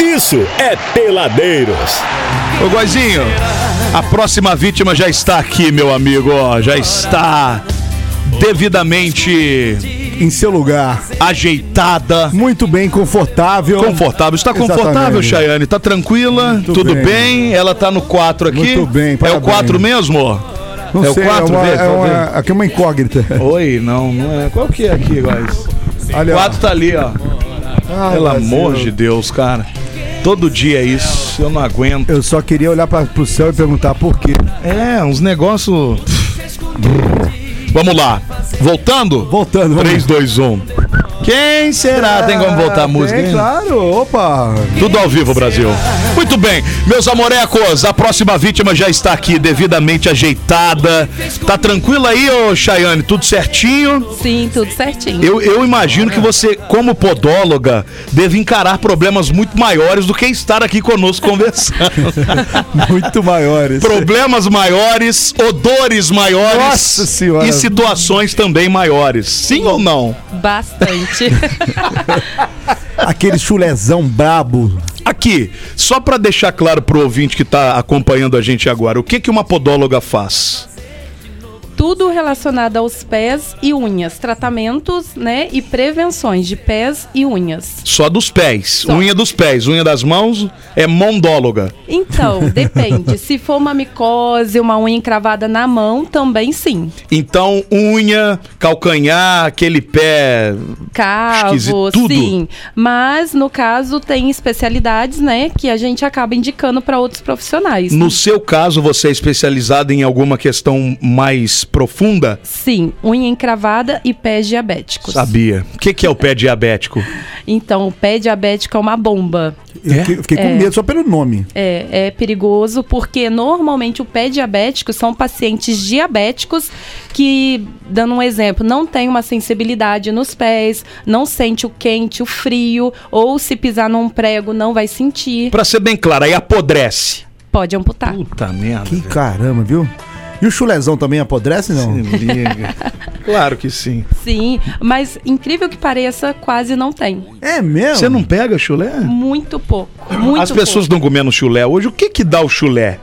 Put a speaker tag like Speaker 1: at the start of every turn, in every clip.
Speaker 1: isso é Peladeiros.
Speaker 2: Ô Goizinho, a próxima vítima já está aqui, meu amigo. ó, Já está devidamente
Speaker 3: Em seu lugar.
Speaker 2: ajeitada,
Speaker 3: Muito bem, confortável.
Speaker 2: confortável. Está confortável,
Speaker 3: Exatamente.
Speaker 2: Chayane? Está tranquila? Tudo bem.
Speaker 3: bem.
Speaker 2: Ela está no 4 aqui.
Speaker 3: Muito bem,
Speaker 2: É o
Speaker 3: parabéns.
Speaker 2: 4 mesmo?
Speaker 3: Não
Speaker 2: é
Speaker 3: sei,
Speaker 2: o 4
Speaker 3: é uma,
Speaker 2: mesmo?
Speaker 3: é uma, aqui é uma incógnita.
Speaker 2: Oi, não, não é. Qual que é aqui, Góis?
Speaker 3: Olha,
Speaker 2: 4 tá ali, ó.
Speaker 3: Ai,
Speaker 2: Pelo
Speaker 3: Ah, Brasil.
Speaker 2: amor de Deus, cara. Todo dia é isso, eu não aguento.
Speaker 3: Eu só queria olhar pra, pro céu e perguntar por quê.
Speaker 2: É, uns negócios. Vamos lá. Voltando?
Speaker 3: Voltando, vamos.
Speaker 2: 3, 2, 1. Quem será? Tem como voltar a música?
Speaker 3: É,
Speaker 2: hein?
Speaker 3: um. claro, opa.
Speaker 2: Tudo ao vivo, Brasil. Muito bem, meus amorecos, a próxima vítima já está aqui, devidamente ajeitada. Tá tranquila aí, ô Chayane? Tudo certinho?
Speaker 4: Sim, tudo certinho.
Speaker 2: Eu, eu imagino que você, como podóloga, deve encarar problemas muito maiores do que estar aqui conosco conversando.
Speaker 3: Muito maiores.
Speaker 2: problemas maiores, odores maiores
Speaker 3: Nossa Senhora.
Speaker 2: e situações também maiores. Sim ou não?
Speaker 4: Bastante.
Speaker 3: Aquele chulezão brabo.
Speaker 2: Aqui, só para deixar claro pro ouvinte que tá acompanhando a gente agora, o que que uma podóloga faz?
Speaker 4: tudo relacionado aos pés e unhas. Tratamentos, né? E prevenções de pés e unhas.
Speaker 2: Só dos pés. Unha dos pés, unha das mãos é mondóloga.
Speaker 4: Então, depende. Se for uma micose, uma unha encravada na mão, também sim.
Speaker 2: Então, unha, calcanhar, aquele pé. Esquisito,
Speaker 4: Cavo,
Speaker 2: tudo.
Speaker 4: sim. Mas, no caso, tem especialidades, né? Que a gente acaba indicando para outros profissionais.
Speaker 2: No seu caso, você é especializada em alguma questão mais profunda?
Speaker 4: Sim, unha encravada e pés diabéticos.
Speaker 2: Sabia. O que, que é o pé diabético?
Speaker 4: Então, o pé diabético é uma bomba.
Speaker 3: Eu
Speaker 2: É?
Speaker 3: fiquei, fiquei com medo só pelo nome.
Speaker 4: É, é perigoso porque normalmente o pé diabético são pacientes diabéticos que, dando um exemplo, não tem uma sensibilidade nos pés, não sente o quente, o frio, ou se pisar num prego não vai sentir,
Speaker 2: Pra ser bem claro, aí apodrece.
Speaker 4: pode amputar.
Speaker 2: Puta merda.
Speaker 3: Que caramba, viu? E o chulezão também apodrece, não?
Speaker 2: liga. claro que sim.
Speaker 4: Sim, mas incrível que pareça, quase não tem.
Speaker 3: É mesmo?
Speaker 2: Você não pega chulé?
Speaker 4: Muito pouco, muito
Speaker 2: As pessoas
Speaker 4: pouco.
Speaker 2: estão comendo chulé hoje. O que que dá o chulé?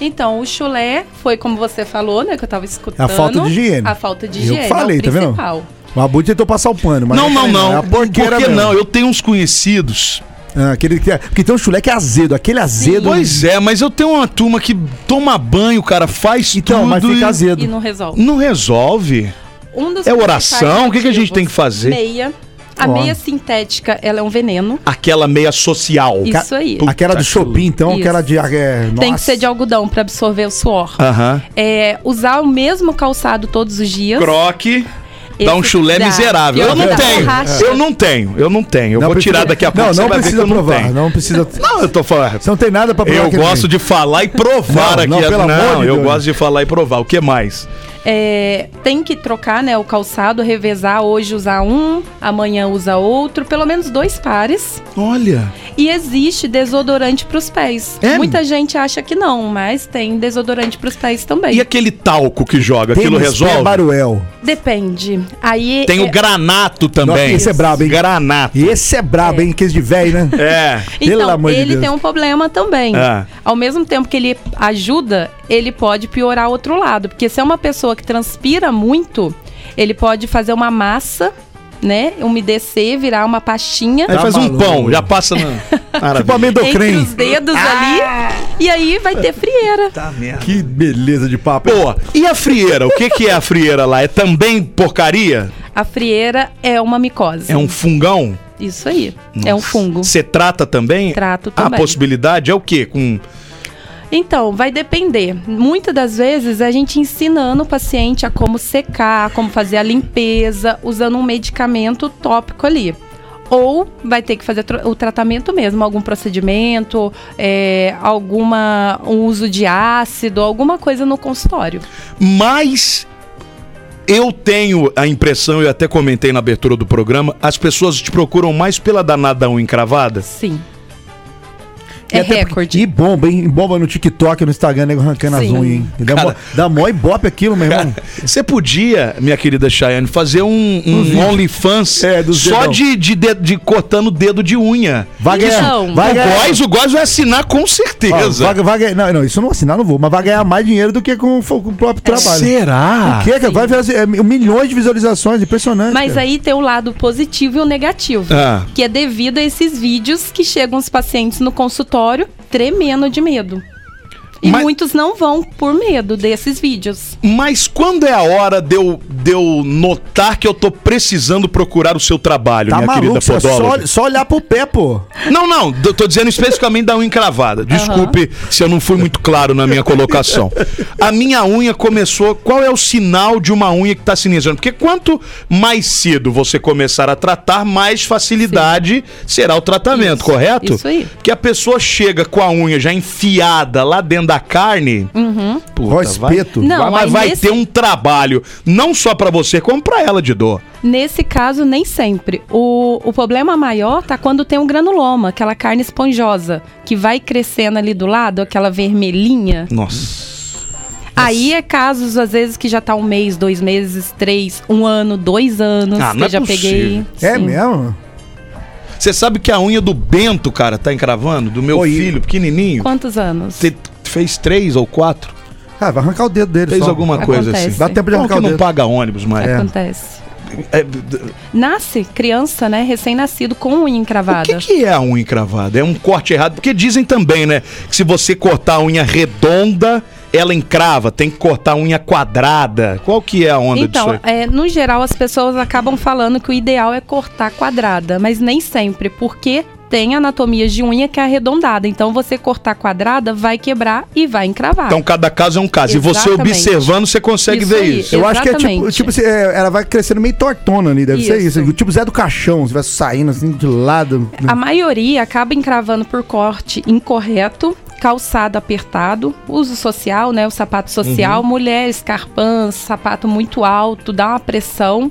Speaker 4: Então, o chulé foi como você falou, né, que eu tava escutando.
Speaker 3: A falta de higiene.
Speaker 4: A falta de
Speaker 3: Eu
Speaker 4: higiene. é o
Speaker 3: falei, tá vendo?
Speaker 4: principal.
Speaker 3: O Abu tentou passar o pano, mas.
Speaker 2: não, não, não.
Speaker 3: É a
Speaker 2: Por que
Speaker 3: porqueira mesmo.
Speaker 2: não? Eu tenho uns conhecidos
Speaker 3: Ah, aquele que é- porque tem um chulé que é azedo, aquele azedo.
Speaker 2: Pois é, mas eu tenho uma turma que toma banho, cara, faz
Speaker 3: Então,
Speaker 2: tudo
Speaker 3: mas
Speaker 2: e
Speaker 3: fica azedo.
Speaker 4: E não resolve.
Speaker 2: não resolve.
Speaker 4: Um dos
Speaker 2: É
Speaker 4: principais
Speaker 2: oração? O que que a gente tem que fazer?
Speaker 4: Meia. A
Speaker 3: Ó.
Speaker 4: meia sintética, ela é um veneno.
Speaker 2: Aquela meia social.
Speaker 4: Isso aí.
Speaker 2: Puta
Speaker 3: Aquela do
Speaker 2: que
Speaker 3: Chopin, então,
Speaker 4: Isso.
Speaker 3: aquela de. É,
Speaker 4: Tem
Speaker 3: nossa.
Speaker 4: que ser de algodão para absorver o suor.
Speaker 2: Aham.
Speaker 4: É, usar o mesmo calçado todos os dias.
Speaker 2: Croque.
Speaker 4: Esse
Speaker 2: dá um chulé
Speaker 4: dá.
Speaker 2: miserável. Eu
Speaker 4: Pior que
Speaker 2: não
Speaker 4: dá.
Speaker 2: tenho.
Speaker 4: Borracha.
Speaker 2: Eu não tenho. Eu não tenho. Eu
Speaker 3: Não
Speaker 2: vou
Speaker 3: precisa-
Speaker 2: tirar daqui a pouco.
Speaker 3: Não,
Speaker 2: você
Speaker 3: não
Speaker 2: vai ver que
Speaker 3: precisa
Speaker 2: eu não
Speaker 3: provar.
Speaker 2: tenho.
Speaker 3: Não precisa.
Speaker 2: Não, eu tô falando.
Speaker 3: Você não tem nada pra provar.
Speaker 2: Eu
Speaker 3: que ele
Speaker 2: gosto
Speaker 3: tem.
Speaker 2: de falar e provar
Speaker 3: Não,
Speaker 2: aqui.
Speaker 3: não, pelo amor de
Speaker 2: eu
Speaker 3: Deus.
Speaker 2: gosto de falar e provar. O que mais?
Speaker 4: É, tem que trocar né, o calçado, revezar. Hoje usar um, amanhã usa outro. Pelo menos dois pares.
Speaker 2: Olha.
Speaker 4: E existe desodorante para os pés.
Speaker 2: É?
Speaker 4: Muita gente acha que não, mas tem desodorante para os pés também.
Speaker 2: E aquele talco que joga? Aquilo
Speaker 3: Tênis pé
Speaker 2: resolve?
Speaker 3: Baruel.
Speaker 4: Depende. Aí
Speaker 2: Tem
Speaker 4: é-
Speaker 2: o granato também.
Speaker 3: Nossa, esse é brabo, hein?
Speaker 2: Granato.
Speaker 3: E esse é brabo, hein? Que esse de velho, né?
Speaker 2: É.
Speaker 4: Então,
Speaker 3: Pelo amor de
Speaker 4: ele
Speaker 3: Deus.
Speaker 4: tem um problema também.
Speaker 2: Ah.
Speaker 4: Ao mesmo tempo que ele ajuda, ele pode piorar outro lado. Porque se é uma pessoa que transpira muito, ele pode fazer uma massa, né? Umedecer, virar uma pastinha.
Speaker 2: Aí
Speaker 3: Tá
Speaker 2: faz um
Speaker 3: maluco.
Speaker 2: pão, já passa na.
Speaker 3: Tipo
Speaker 4: Entre
Speaker 3: amendoim.
Speaker 4: os dedos ali, e aí vai ter frieira.
Speaker 2: Tá merda.
Speaker 3: Que beleza de papo.
Speaker 2: Tipo, Boa. E a frieira? O que, que é a frieira lá? É também porcaria?
Speaker 4: A frieira é uma micose.
Speaker 2: É um fungão?
Speaker 4: Isso aí. É um fungo.
Speaker 2: Você trata também?
Speaker 4: Trato
Speaker 2: A
Speaker 4: também.
Speaker 2: possibilidade é o quê? Com...
Speaker 4: Então, vai depender. Muitas das vezes a gente ensinando o paciente a como secar, a como fazer a limpeza, usando um medicamento tópico ali. Ou vai ter que fazer tra- o tratamento mesmo, algum procedimento, é, alguma um uso de ácido, alguma coisa no consultório.
Speaker 2: Mas eu tenho a impressão, eu até comentei na abertura do programa, as pessoas te procuram mais pela danada um encravada.
Speaker 4: Sim.
Speaker 3: E
Speaker 4: É
Speaker 3: até porque-
Speaker 4: recorde.
Speaker 3: E bomba, hein? E Bomba no TikTok, no Instagram, nego arrancando as
Speaker 4: Sim.
Speaker 3: unhas, hein? Dá,
Speaker 2: Cara.
Speaker 3: mó, dá mó ibope aquilo, meu irmão.
Speaker 2: Você podia, minha querida Chayane, fazer um, um OnlyFans
Speaker 3: É, dos
Speaker 2: só
Speaker 3: dedão.
Speaker 2: de, de, dedo- de cortando dedo de unha.
Speaker 3: Vai ganhar.
Speaker 4: Não.
Speaker 3: vai
Speaker 2: o
Speaker 3: ganhar.
Speaker 2: Góis, o Góis vai assinar com
Speaker 3: Ó,
Speaker 2: certeza.
Speaker 3: vai, vai ganhar. Não, não, isso eu não assinar, não vou, mas vai ganhar mais dinheiro do que com, o- com o
Speaker 4: É
Speaker 3: próprio trabalho.
Speaker 2: Será?
Speaker 3: O que, cara? Vai ver é, milhões de visualizações, impressionante.
Speaker 4: Ah, Mas
Speaker 3: cara.
Speaker 4: aí tem o lado positivo e o negativo.
Speaker 2: É. Ah.
Speaker 4: Que é devido a esses vídeos que chegam os pacientes no consultório tremendo de medo. E
Speaker 2: Mas-
Speaker 4: muitos não vão por medo desses vídeos.
Speaker 2: Mas quando é a hora de eu, de eu notar que eu tô precisando procurar o seu trabalho,
Speaker 3: Tá
Speaker 2: minha
Speaker 3: maluco,
Speaker 2: querida
Speaker 3: só,
Speaker 2: podóloga?
Speaker 3: só- só olhar pro pé, pô.
Speaker 2: Não, não, eu tô dizendo especificamente da unha encravada. Desculpe se eu não fui muito claro na minha colocação. A minha unha começou. Qual é o sinal de uma unha que tá sinistranando? Porque quanto mais cedo você começar a tratar, mais facilidade será o tratamento,
Speaker 4: Isso,
Speaker 2: correto?
Speaker 4: isso aí.
Speaker 2: Porque a pessoa chega com a unha já enfiada lá dentro da carne. Uhum.
Speaker 3: Ó, espeto.
Speaker 4: Não,
Speaker 2: Vai, mas
Speaker 4: aí
Speaker 2: vai
Speaker 4: nesse-
Speaker 2: ter um trabalho, não só pra você, como pra ela de dor.
Speaker 4: Nesse caso, nem sempre. O, o problema maior tá quando tem um granuloma, aquela carne esponjosa, que vai crescendo ali do lado, aquela vermelhinha.
Speaker 2: Nossa.
Speaker 4: Aí é casos, às vezes, que já tá um mês, dois meses, três, um ano, dois anos,
Speaker 2: Ah,
Speaker 4: que
Speaker 2: não
Speaker 4: eu
Speaker 2: é
Speaker 4: já
Speaker 2: possível.
Speaker 4: peguei.
Speaker 3: É
Speaker 4: Sim.
Speaker 3: mesmo?
Speaker 2: Você sabe que a unha do Bento, cara, tá encravando? Do meu
Speaker 3: Oi.
Speaker 2: filho, pequenininho.
Speaker 4: Quantos anos?
Speaker 2: Você fez três ou quatro?
Speaker 3: Ah, vai arrancar o dedo dele.
Speaker 2: Fez
Speaker 3: só. Ah,
Speaker 2: alguma
Speaker 4: Acontece.
Speaker 2: coisa assim.
Speaker 3: Dá tempo de
Speaker 2: Como
Speaker 3: arrancar
Speaker 2: que
Speaker 3: o
Speaker 2: não
Speaker 3: dedo.
Speaker 2: paga ônibus, Maria?
Speaker 4: Acontece.
Speaker 2: É, d-
Speaker 4: Nasce criança, né? Recém-nascido com unha
Speaker 2: o
Speaker 4: encravada.
Speaker 2: que, que é a unha encravada? É um corte errado? Porque dizem também, né? Que se você cortar a unha redonda, ela encrava. Tem que cortar a unha quadrada. Qual que é a onda disso
Speaker 4: Então,
Speaker 2: aí?
Speaker 4: é, no geral, as pessoas acabam falando que o ideal é cortar quadrada, mas nem sempre, porque tem anatomias de unha que é arredondada. Então, você cortar quadrada vai quebrar e vai encravar.
Speaker 2: Então, cada caso é um caso. E você
Speaker 4: Exatamente.
Speaker 2: observando, você consegue
Speaker 4: Isso
Speaker 2: ver
Speaker 4: aí.
Speaker 2: isso.
Speaker 3: Eu acho que é tipo,
Speaker 4: Exatamente.
Speaker 3: tipo assim, é, ela vai crescendo meio tortona ali, deve ser
Speaker 4: Isso.
Speaker 3: isso. Tipo Zé do Caixão, você vai saindo assim de lado.
Speaker 4: A maioria acaba encravando por corte incorreto, calçado apertado, uso social, né? O sapato
Speaker 3: Uhum.
Speaker 4: social, mulheres, carpãs, sapato muito alto, dá uma pressão.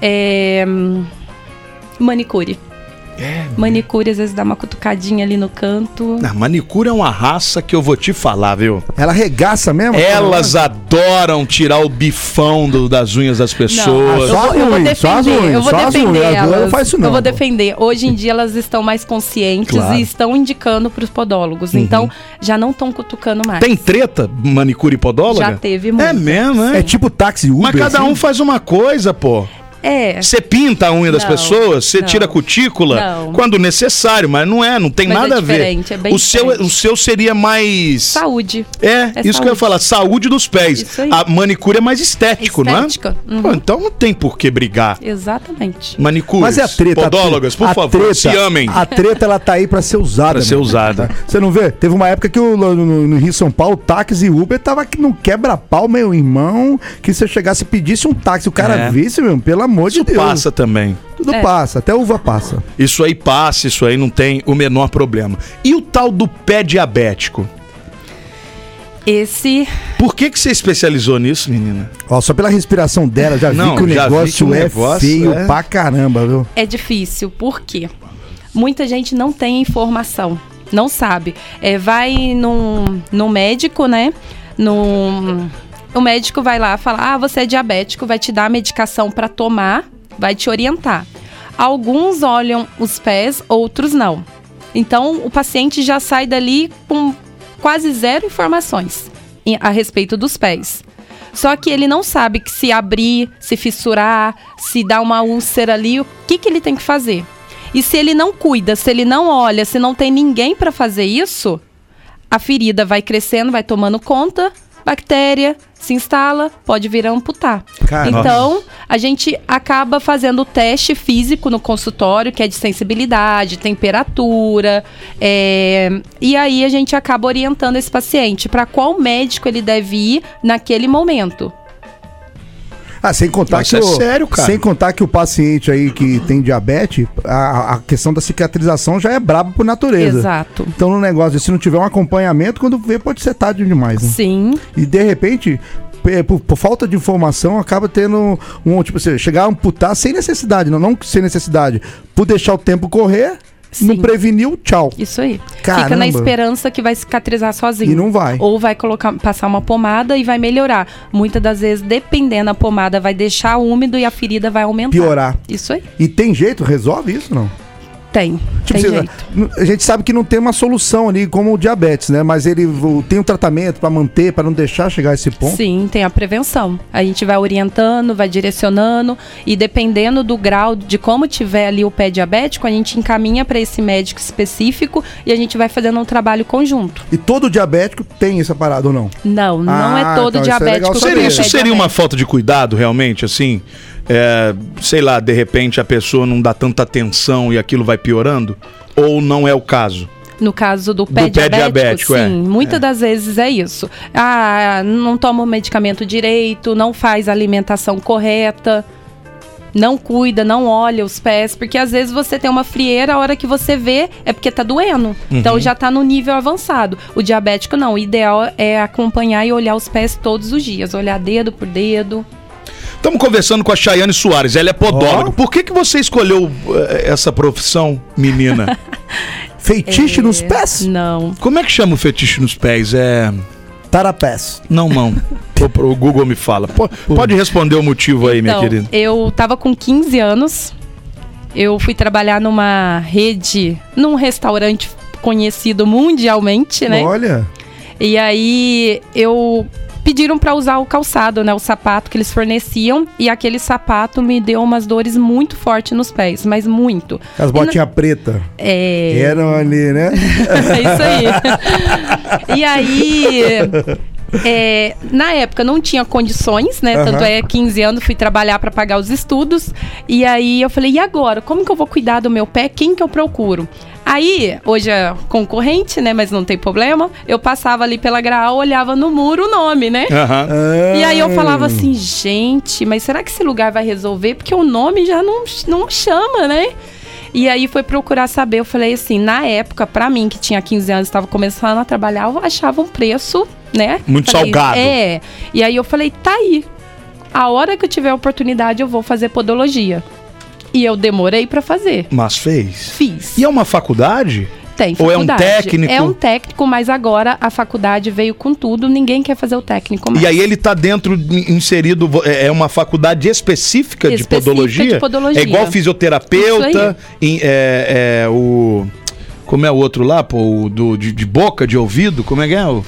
Speaker 4: É, hum, Manicure.
Speaker 3: É,
Speaker 4: Manicure às vezes dá uma cutucadinha ali no canto.
Speaker 2: A manicure é uma raça que eu vou te falar, viu?
Speaker 3: Ela regaça mesmo?
Speaker 2: Elas adoram tirar o bifão do- das unhas das pessoas.
Speaker 3: Só
Speaker 4: eu, vou- eu vou
Speaker 3: ruim, só
Speaker 4: defender,
Speaker 3: ruim,
Speaker 4: eu vou
Speaker 3: só
Speaker 4: defender
Speaker 3: ruim. Ela
Speaker 4: elas.
Speaker 3: não faz isso, não.
Speaker 4: Eu vou defender. Hoje em dia elas estão mais conscientes
Speaker 2: Claro.
Speaker 4: e estão indicando para os podólogos.
Speaker 3: Uhum.
Speaker 4: Então já não estão cutucando mais.
Speaker 2: Tem treta, manicure e podóloga?
Speaker 4: Já teve muita.
Speaker 2: É mesmo, né?
Speaker 3: É tipo táxi Uber.
Speaker 2: Mas cada
Speaker 3: assim.
Speaker 2: um faz uma coisa, pô.
Speaker 4: É.
Speaker 2: Você pinta a unha das
Speaker 4: Não,
Speaker 2: pessoas, você
Speaker 4: não.
Speaker 2: tira a cutícula
Speaker 4: Não.
Speaker 2: quando necessário, mas não é, não tem
Speaker 4: Mas é
Speaker 2: nada a ver.
Speaker 4: diferente, é bem
Speaker 2: o, seu,
Speaker 4: diferente.
Speaker 2: o seu seria mais.
Speaker 4: Saúde.
Speaker 2: É, isso que eu ia
Speaker 4: saúde.
Speaker 2: falar, saúde dos pés.
Speaker 4: Isso aí.
Speaker 2: A manicure é mais estético,
Speaker 4: Estética,
Speaker 2: não é?
Speaker 4: uhum.
Speaker 2: Pô, então não tem por que brigar.
Speaker 4: Exatamente.
Speaker 2: Manicures,
Speaker 3: Mas é a treta. a
Speaker 2: um podólogas,
Speaker 3: treta-
Speaker 2: por
Speaker 3: a
Speaker 2: favor,
Speaker 3: treta-
Speaker 2: se amem.
Speaker 3: A treta, ela tá aí pra ser usada.
Speaker 2: Pra ser
Speaker 3: meu.
Speaker 2: usada.
Speaker 3: Tá? Você não vê? Teve uma época que o- no, no- no Rio São Paulo, táxi e Uber tava aqui num quebra-pau, meu irmão, que se eu chegasse e pedisse um táxi, o cara
Speaker 2: É.
Speaker 3: visse, meu, pelo amor
Speaker 2: Isso
Speaker 3: de Deus.
Speaker 2: passa também.
Speaker 3: Tudo
Speaker 4: É.
Speaker 3: passa, até uva passa.
Speaker 2: Isso aí passa, isso aí não tem o menor problema. E o tal do pé diabético?
Speaker 4: Esse
Speaker 2: Por que, que você especializou nisso, menina?
Speaker 3: Ó, só pela respiração dela, já
Speaker 2: Não,
Speaker 3: vi que o
Speaker 2: já vi
Speaker 3: negócio
Speaker 2: que o
Speaker 3: é
Speaker 2: negócio
Speaker 3: feio
Speaker 2: é-
Speaker 3: pra caramba, viu?
Speaker 4: é difícil, por quê? Muita gente não tem informação, não sabe. É, vai num, num médico, né? Num, o médico vai lá falar: ah, você é diabético, vai te dar a medicação para tomar, vai te orientar. Alguns olham os pés, outros não. Então o paciente já sai dali com quase zero informações em- a respeito dos pés. Só que ele não sabe que se abrir, se fissurar, se dar uma úlcera ali, o que, que ele tem que fazer. E se ele não cuida, se ele não olha, se não tem ninguém para fazer isso, a ferida vai crescendo, vai tomando conta, bactéria se instala, pode vir a amputar.
Speaker 3: Caramba.
Speaker 4: Então, a gente acaba fazendo o teste físico no consultório, que é de sensibilidade, temperatura, é, e aí a gente acaba orientando esse paciente para qual médico ele deve ir naquele momento.
Speaker 3: Ah, sem contar
Speaker 2: Mas
Speaker 3: que
Speaker 2: isso é
Speaker 3: o,
Speaker 2: sério, cara.
Speaker 3: Sem contar que o paciente aí que tem diabetes, a, a questão da cicatrização já é braba por natureza.
Speaker 4: Exato.
Speaker 3: Então, no negócio, se não tiver um acompanhamento, quando vê, pode ser tarde demais. Né?
Speaker 4: Sim,
Speaker 3: E de repente, pe- por, por falta de informação, acaba tendo assim, um, tipo, você chegar a amputar sem necessidade, não, não sem necessidade, por deixar o tempo correr. Não
Speaker 4: Sim.
Speaker 3: preveniu, tchau.
Speaker 4: Isso aí. Fica
Speaker 3: Caramba.
Speaker 4: na esperança que vai cicatrizar sozinho.
Speaker 3: E não vai.
Speaker 4: Ou vai colocar, passar uma pomada e vai melhorar. Muitas das vezes, dependendo da pomada, vai deixar úmido e a ferida vai aumentar.
Speaker 3: Piorar.
Speaker 4: Isso aí.
Speaker 3: E tem jeito? Resolve isso, não?
Speaker 4: Tem.
Speaker 3: Tipo,
Speaker 4: tem
Speaker 3: você-
Speaker 4: jeito.
Speaker 3: n- a gente sabe que não tem uma solução ali como o diabetes, né? Mas ele o- tem um tratamento pra manter, pra não deixar chegar a esse ponto.
Speaker 4: Sim, tem a prevenção. A gente vai orientando, vai direcionando e dependendo do grau de como tiver ali o pé diabético, a gente encaminha para esse médico específico e a gente vai fazendo um trabalho conjunto.
Speaker 3: E todo diabético tem essa parada ou não?
Speaker 4: Não, não
Speaker 3: Ah,
Speaker 4: é todo
Speaker 3: então, isso é legal
Speaker 4: diabético. que
Speaker 3: saber.
Speaker 2: Seria,
Speaker 4: tem
Speaker 2: isso
Speaker 4: pé
Speaker 2: seria uma
Speaker 4: diabético.
Speaker 2: falta de cuidado, realmente, assim? É, sei lá, de repente a pessoa não dá tanta atenção e aquilo vai piorando? Ou não é o caso?
Speaker 4: No caso do pé,
Speaker 2: Do pé diabético,
Speaker 4: diabético,
Speaker 2: é.
Speaker 4: sim. Muitas das vezes é isso. Ah, não toma o medicamento direito, não faz a alimentação correta, não cuida, não olha os pés, porque às vezes você tem uma frieira, a hora que você vê é porque tá doendo.
Speaker 2: Uhum.
Speaker 4: Então já tá no nível avançado. O diabético não, o ideal é acompanhar e olhar os pés todos os dias, olhar dedo por dedo.
Speaker 2: Estamos conversando com a Chayane Soares, ela é podóloga.
Speaker 3: Ó.
Speaker 2: Por que, que você escolheu eh, essa profissão, menina?
Speaker 4: É.
Speaker 3: Feitiço nos pés?
Speaker 4: Não.
Speaker 2: Como é que chama o fetiche nos pés? É.
Speaker 3: Tarapés.
Speaker 2: Não, não. O, o Google me fala. Po- pode responder o motivo aí, minha
Speaker 4: Então,
Speaker 2: querida.
Speaker 4: eu tava com 15 anos. Eu fui trabalhar numa rede, num restaurante conhecido mundialmente, né?
Speaker 3: Olha,
Speaker 4: E aí eu pediram pra usar o calçado, né, o sapato que eles forneciam, e aquele sapato me deu umas dores muito fortes nos pés, mas muito.
Speaker 3: as botinhas pretas.
Speaker 4: É,
Speaker 3: Eram ali, né?
Speaker 4: é isso aí. e aí. é, na época não tinha condições, né?
Speaker 3: Aham.
Speaker 4: Tanto é 15 anos, fui trabalhar para pagar os estudos. E aí eu falei, e agora? Como que eu vou cuidar do meu pé? Quem que eu procuro? Aí, hoje é concorrente, né? Mas não tem problema. Eu passava ali pela Graal, olhava no muro o nome, né?
Speaker 2: Aham.
Speaker 4: E aí eu falava assim, gente, mas será que esse lugar vai resolver? Porque o nome já não, não chama, né? E aí foi procurar saber, eu falei assim, na época, pra mim, que tinha 15 anos, estava começando a trabalhar, eu achava um preço, né?
Speaker 2: Muito
Speaker 4: Falei,
Speaker 2: salgado.
Speaker 4: É. E aí eu falei, tá aí. A hora que eu tiver a oportunidade, eu vou fazer podologia. E eu demorei pra fazer.
Speaker 2: Mas fez.
Speaker 4: Fiz.
Speaker 2: E é uma faculdade?
Speaker 4: Tem
Speaker 2: Ou é um
Speaker 4: faculdade.
Speaker 2: técnico?
Speaker 4: É um técnico, mas agora a faculdade veio com tudo, ninguém quer fazer o técnico mais.
Speaker 2: E aí ele tá dentro, in- inserido, vo- é é uma faculdade específica, de
Speaker 4: Específica
Speaker 2: podologia?
Speaker 4: de podologia.
Speaker 2: É igual fisioterapeuta, em- é, é, o... Como é o outro lá, pô? O do, de, de boca, de ouvido, como é que é? O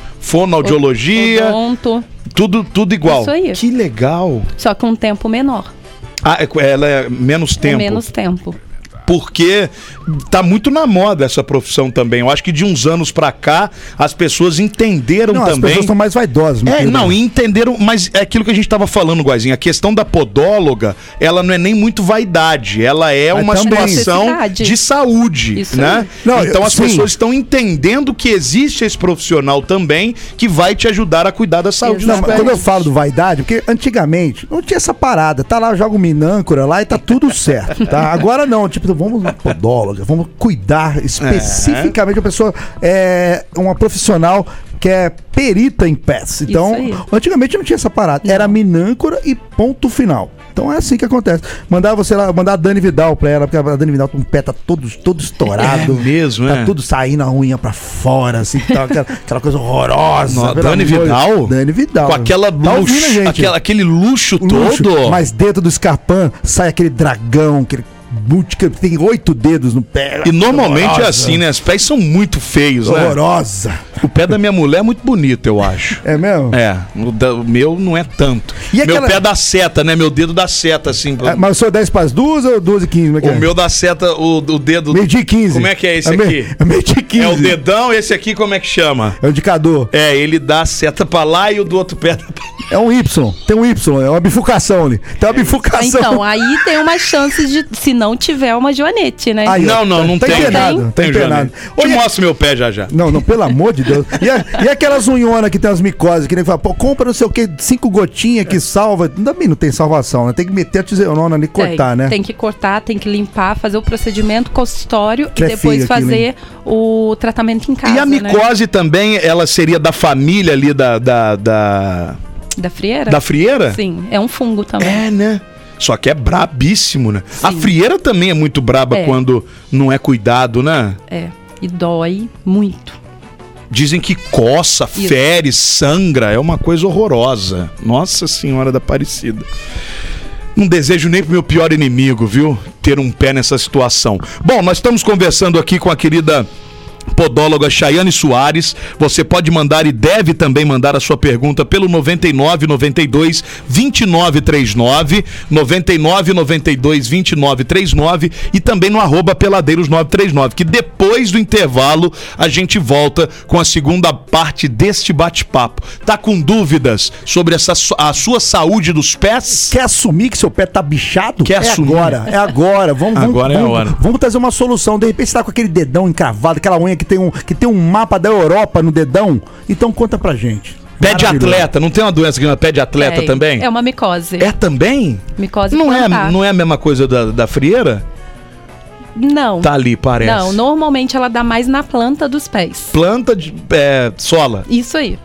Speaker 2: fonoaudiologia,
Speaker 4: Odonto,
Speaker 2: tudo, tudo igual.
Speaker 4: Isso aí.
Speaker 2: Que legal.
Speaker 4: só com um tempo menor.
Speaker 2: Ah, é co- ela é menos
Speaker 4: Com
Speaker 2: tempo.
Speaker 4: menos tempo.
Speaker 2: Porque tá muito na moda essa profissão também. Eu acho que de uns anos pra cá, as pessoas entenderam
Speaker 3: Não, as
Speaker 2: também.
Speaker 3: pessoas né? estão mais vaidosas. meu
Speaker 2: É,
Speaker 3: querido.
Speaker 2: não, e entenderam, mas é aquilo que a gente tava falando, Guazinho, a questão da podóloga, ela não é nem muito vaidade, ela é
Speaker 3: Mas
Speaker 2: uma
Speaker 3: também.
Speaker 2: situação
Speaker 4: Necessidade.
Speaker 2: de saúde,
Speaker 4: Isso
Speaker 2: né?
Speaker 3: aí. Não,
Speaker 2: então as
Speaker 3: sim.
Speaker 2: pessoas estão entendendo que existe esse profissional também que vai te ajudar a cuidar da saúde
Speaker 3: Não,
Speaker 2: dos
Speaker 3: mas
Speaker 2: pés.
Speaker 3: quando eu falo do vaidade, porque antigamente não tinha essa parada. Tá lá, joga o minâncora lá e tá tudo certo, tá? Agora não, tipo, vamos na podóloga, vamos cuidar especificamente. A pessoa é uma profissional que é perita em pés. Então,
Speaker 4: aí.
Speaker 3: antigamente não tinha essa parada. Era minâncora e ponto final. Então é assim que acontece. Mandar você lá, mandar a Dani Vidal pra ela, porque a Dani Vidal com o pé tá todo, todo estourado.
Speaker 2: É mesmo,
Speaker 3: Tá
Speaker 2: é.
Speaker 3: tudo saindo a unha pra fora, assim, tá aquela, aquela coisa horrorosa.
Speaker 2: Nossa,
Speaker 3: pelo
Speaker 2: Dani
Speaker 3: amor de-
Speaker 2: Vidal?
Speaker 3: Dani Vidal.
Speaker 2: Com aquela
Speaker 3: Tá ouvindo
Speaker 2: luxo-
Speaker 3: a gente?
Speaker 2: aquela- aquele luxo,
Speaker 3: O luxo,
Speaker 2: todo.
Speaker 3: Mas dentro do escarpão sai aquele dragão, aquele boot que tem oito dedos no pé.
Speaker 2: E normalmente é
Speaker 3: Horrorosa.
Speaker 2: assim, né? Os pés são muito feios, né?
Speaker 3: Horrorosa.
Speaker 2: O pé da minha mulher é muito bonito, eu acho.
Speaker 3: É mesmo?
Speaker 2: É, o, da- o meu não é tanto.
Speaker 3: E aquela-
Speaker 2: Meu pé dá seta, né? Meu dedo dá seta, assim.
Speaker 3: É, mas o senhor é 10 para as duas ou 12 e 15? Como é que
Speaker 2: O
Speaker 3: é?
Speaker 2: meu dá seta, o, o dedo.
Speaker 3: Meio dia e 15.
Speaker 2: Como é que é esse
Speaker 3: me-
Speaker 2: aqui?
Speaker 3: É meio dia e 15.
Speaker 2: É o dedão, esse aqui como é que chama?
Speaker 3: É o indicador.
Speaker 2: É, ele dá a seta pra lá e o do outro pé dá pra lá.
Speaker 3: É um Y. Tem um Y. É uma bifurcação ali.
Speaker 2: É.
Speaker 3: Tem uma
Speaker 2: Tá
Speaker 4: Ah,
Speaker 3: bifurcação.
Speaker 4: Então, aí tem uma chance de, se não tiver uma joanete, né?
Speaker 3: Aí,
Speaker 2: Não,
Speaker 3: ó,
Speaker 2: não, não
Speaker 3: tá
Speaker 2: tem.
Speaker 3: empenado,
Speaker 2: Não
Speaker 3: tá
Speaker 2: tem,
Speaker 3: empenado.
Speaker 2: Joana. Te
Speaker 3: Olha-
Speaker 2: mostro meu pé já já.
Speaker 3: Não, não, pelo amor de Deus. E, a- e aquelas unhonas que tem as micoses, que nem fala, pô, compra não sei o que, cinco gotinhas que salva. Também não tem salvação, né? Tem que meter a tiserona ali e
Speaker 4: Tem-
Speaker 3: cortar, né?
Speaker 4: Tem que cortar, tem que limpar, fazer o procedimento consultório
Speaker 3: Que
Speaker 4: e
Speaker 3: é
Speaker 4: depois
Speaker 3: feio aquilo,
Speaker 4: fazer o tratamento em casa.
Speaker 2: né? e a
Speaker 4: né?
Speaker 2: micose também, ela seria da família ali da. da, da,
Speaker 4: Da frieira?
Speaker 2: da frieira?
Speaker 4: Sim, é um fungo também.
Speaker 2: É, né? Só que é brabíssimo, né? A frieira também é muito braba
Speaker 4: É.
Speaker 2: quando não é cuidado, né?
Speaker 4: É. E dói muito.
Speaker 2: Dizem que coça,
Speaker 4: Isso.
Speaker 2: fere, sangra, é uma coisa horrorosa. Nossa Senhora da Aparecida. Não Um desejo nem pro meu pior inimigo, viu? Ter um pé nessa situação. Bom, nós estamos conversando aqui com a querida podóloga Chayane Soares. Você pode mandar e deve também mandar a sua pergunta pelo 99 92 2939, 99 92 2939 e também no arroba peladeiros 939, que depois do intervalo a gente volta com a segunda parte deste bate-papo. Tá com dúvidas sobre essa su- a sua saúde dos pés?
Speaker 3: Quer assumir que seu pé tá bichado?
Speaker 2: Quer
Speaker 3: é
Speaker 2: assumir?
Speaker 3: agora, é agora. Vamos, vamos-
Speaker 2: Agora é a
Speaker 3: vamos-
Speaker 2: hora.
Speaker 3: Vamos trazer uma solução. De repente você tá com aquele dedão encravado, aquela unha que tem um, que tem um mapa da Europa no dedão. Então conta pra gente.
Speaker 2: Pé de
Speaker 3: Maravilhoso.
Speaker 2: atleta, não tem uma doença que chama pé de atleta
Speaker 4: É,
Speaker 2: também?
Speaker 4: É uma micose.
Speaker 2: É também?
Speaker 4: Micose
Speaker 2: Não é,
Speaker 4: plantar.
Speaker 2: não é a mesma coisa da, da frieira?
Speaker 4: Não.
Speaker 2: Tá ali, parece.
Speaker 4: Não, normalmente ela dá mais na planta dos pés.
Speaker 2: Planta de é, sola.
Speaker 4: Isso aí.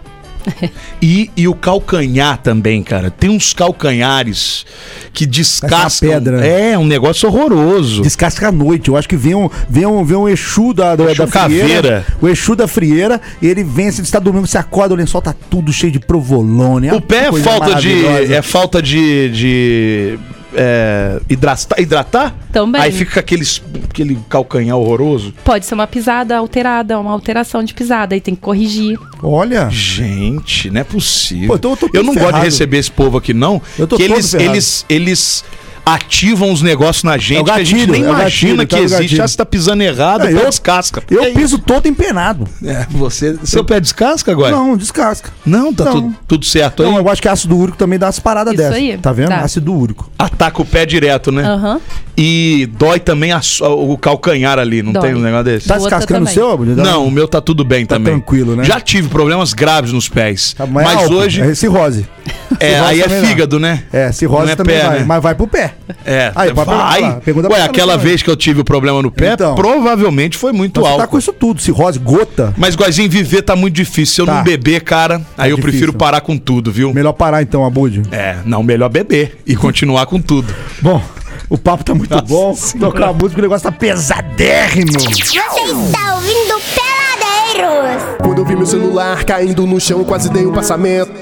Speaker 2: E, e o calcanhar também, cara. Tem uns calcanhares que descascam.
Speaker 3: pedra.
Speaker 2: É, um negócio horroroso.
Speaker 3: Descasca à noite. Eu acho que vem um, vem um, vem um Exu da, da,
Speaker 2: Exu
Speaker 3: da frieira.
Speaker 2: caveira.
Speaker 3: O Exu da frieira, ele vem, você está dormindo, você acorda, o lençol tá tudo cheio de provolone. é
Speaker 2: O pé
Speaker 3: uma
Speaker 2: é
Speaker 3: coisa
Speaker 2: falta de.
Speaker 3: maravilhosa.
Speaker 2: É falta de. de é, hidrata- hidratar?
Speaker 4: Também.
Speaker 2: Aí fica aqueles, aquele calcanhar horroroso.
Speaker 4: Pode ser uma pisada alterada, uma alteração de pisada, e tem que corrigir.
Speaker 3: Olha.
Speaker 2: Gente, não é possível.
Speaker 3: Pô, então eu tô todo
Speaker 2: não gosto
Speaker 3: ferrado.
Speaker 2: de receber esse povo aqui, não.
Speaker 3: Eu tô
Speaker 2: que
Speaker 3: todo
Speaker 2: eles,
Speaker 3: ferrado.
Speaker 2: eles, eles ativam os negócios na gente
Speaker 3: É o
Speaker 2: que a gente
Speaker 3: gatilho,
Speaker 2: nem
Speaker 3: é o
Speaker 2: imagina
Speaker 3: gatilho, tá
Speaker 2: que
Speaker 3: no
Speaker 2: existe.
Speaker 3: gatilho.
Speaker 2: Ah, você tá pisando errado,
Speaker 3: É,
Speaker 2: pô,
Speaker 3: eu-
Speaker 2: descasca.
Speaker 3: Eu
Speaker 2: É,
Speaker 3: piso todo empenado.
Speaker 2: é, você, seu pé descasca agora?
Speaker 3: Não, descasca.
Speaker 2: Não, tá
Speaker 3: Não.
Speaker 2: Tudo, tudo certo aí?
Speaker 3: Então, eu acho que ácido úrico também dá umas paradas
Speaker 4: Isso
Speaker 3: dessas.
Speaker 4: aí.
Speaker 3: Tá vendo?
Speaker 4: Tá.
Speaker 3: Ácido úrico.
Speaker 2: Ataca o pé direto, né?
Speaker 4: Aham.
Speaker 2: E dói também a so- o calcanhar ali, não
Speaker 4: Dói.
Speaker 2: tem um negócio desse?
Speaker 3: Tá
Speaker 4: Do outro
Speaker 3: descascando o
Speaker 4: também.
Speaker 3: seu, Abud?
Speaker 2: Não, o meu tá tudo bem
Speaker 3: Tá
Speaker 2: também.
Speaker 3: tranquilo, né?
Speaker 2: Já tive problemas graves nos pés.
Speaker 3: Tá,
Speaker 2: mas
Speaker 3: álcool,
Speaker 2: hoje.
Speaker 3: É cirrose.
Speaker 2: É,
Speaker 3: cirrose
Speaker 2: aí é
Speaker 3: também dá.
Speaker 2: fígado, né?
Speaker 3: É, cirrose
Speaker 2: Não é
Speaker 3: também
Speaker 2: pé,
Speaker 3: vai.
Speaker 2: né?
Speaker 3: Mas vai pro pé.
Speaker 2: É,
Speaker 3: Aí, pra perguntar
Speaker 2: vai.
Speaker 3: lá, pergunta pra
Speaker 2: Ué,
Speaker 3: ela
Speaker 2: aquela
Speaker 3: também.
Speaker 2: vez que eu tive o problema no pé,
Speaker 3: Então.
Speaker 2: provavelmente foi muito
Speaker 3: Então, você
Speaker 2: álcool.
Speaker 3: tá com isso tudo. Cirrose, gota.
Speaker 2: Mas, Goizinho, viver tá muito difícil. Se eu
Speaker 3: Tá.
Speaker 2: não beber, cara, aí eu
Speaker 3: difícil.
Speaker 2: prefiro parar com tudo, viu?
Speaker 3: Melhor parar então, Abud.
Speaker 2: É, não, melhor beber e continuar com tudo.
Speaker 3: Bom, o papo tá muito
Speaker 2: Nossa
Speaker 3: bom.
Speaker 2: Senhora.
Speaker 3: Tocar a música, o negócio tá pesadérrimo.
Speaker 5: Você está ouvindo Peladeiros!
Speaker 6: Quando eu vi meu celular caindo no chão, quase dei um passamento.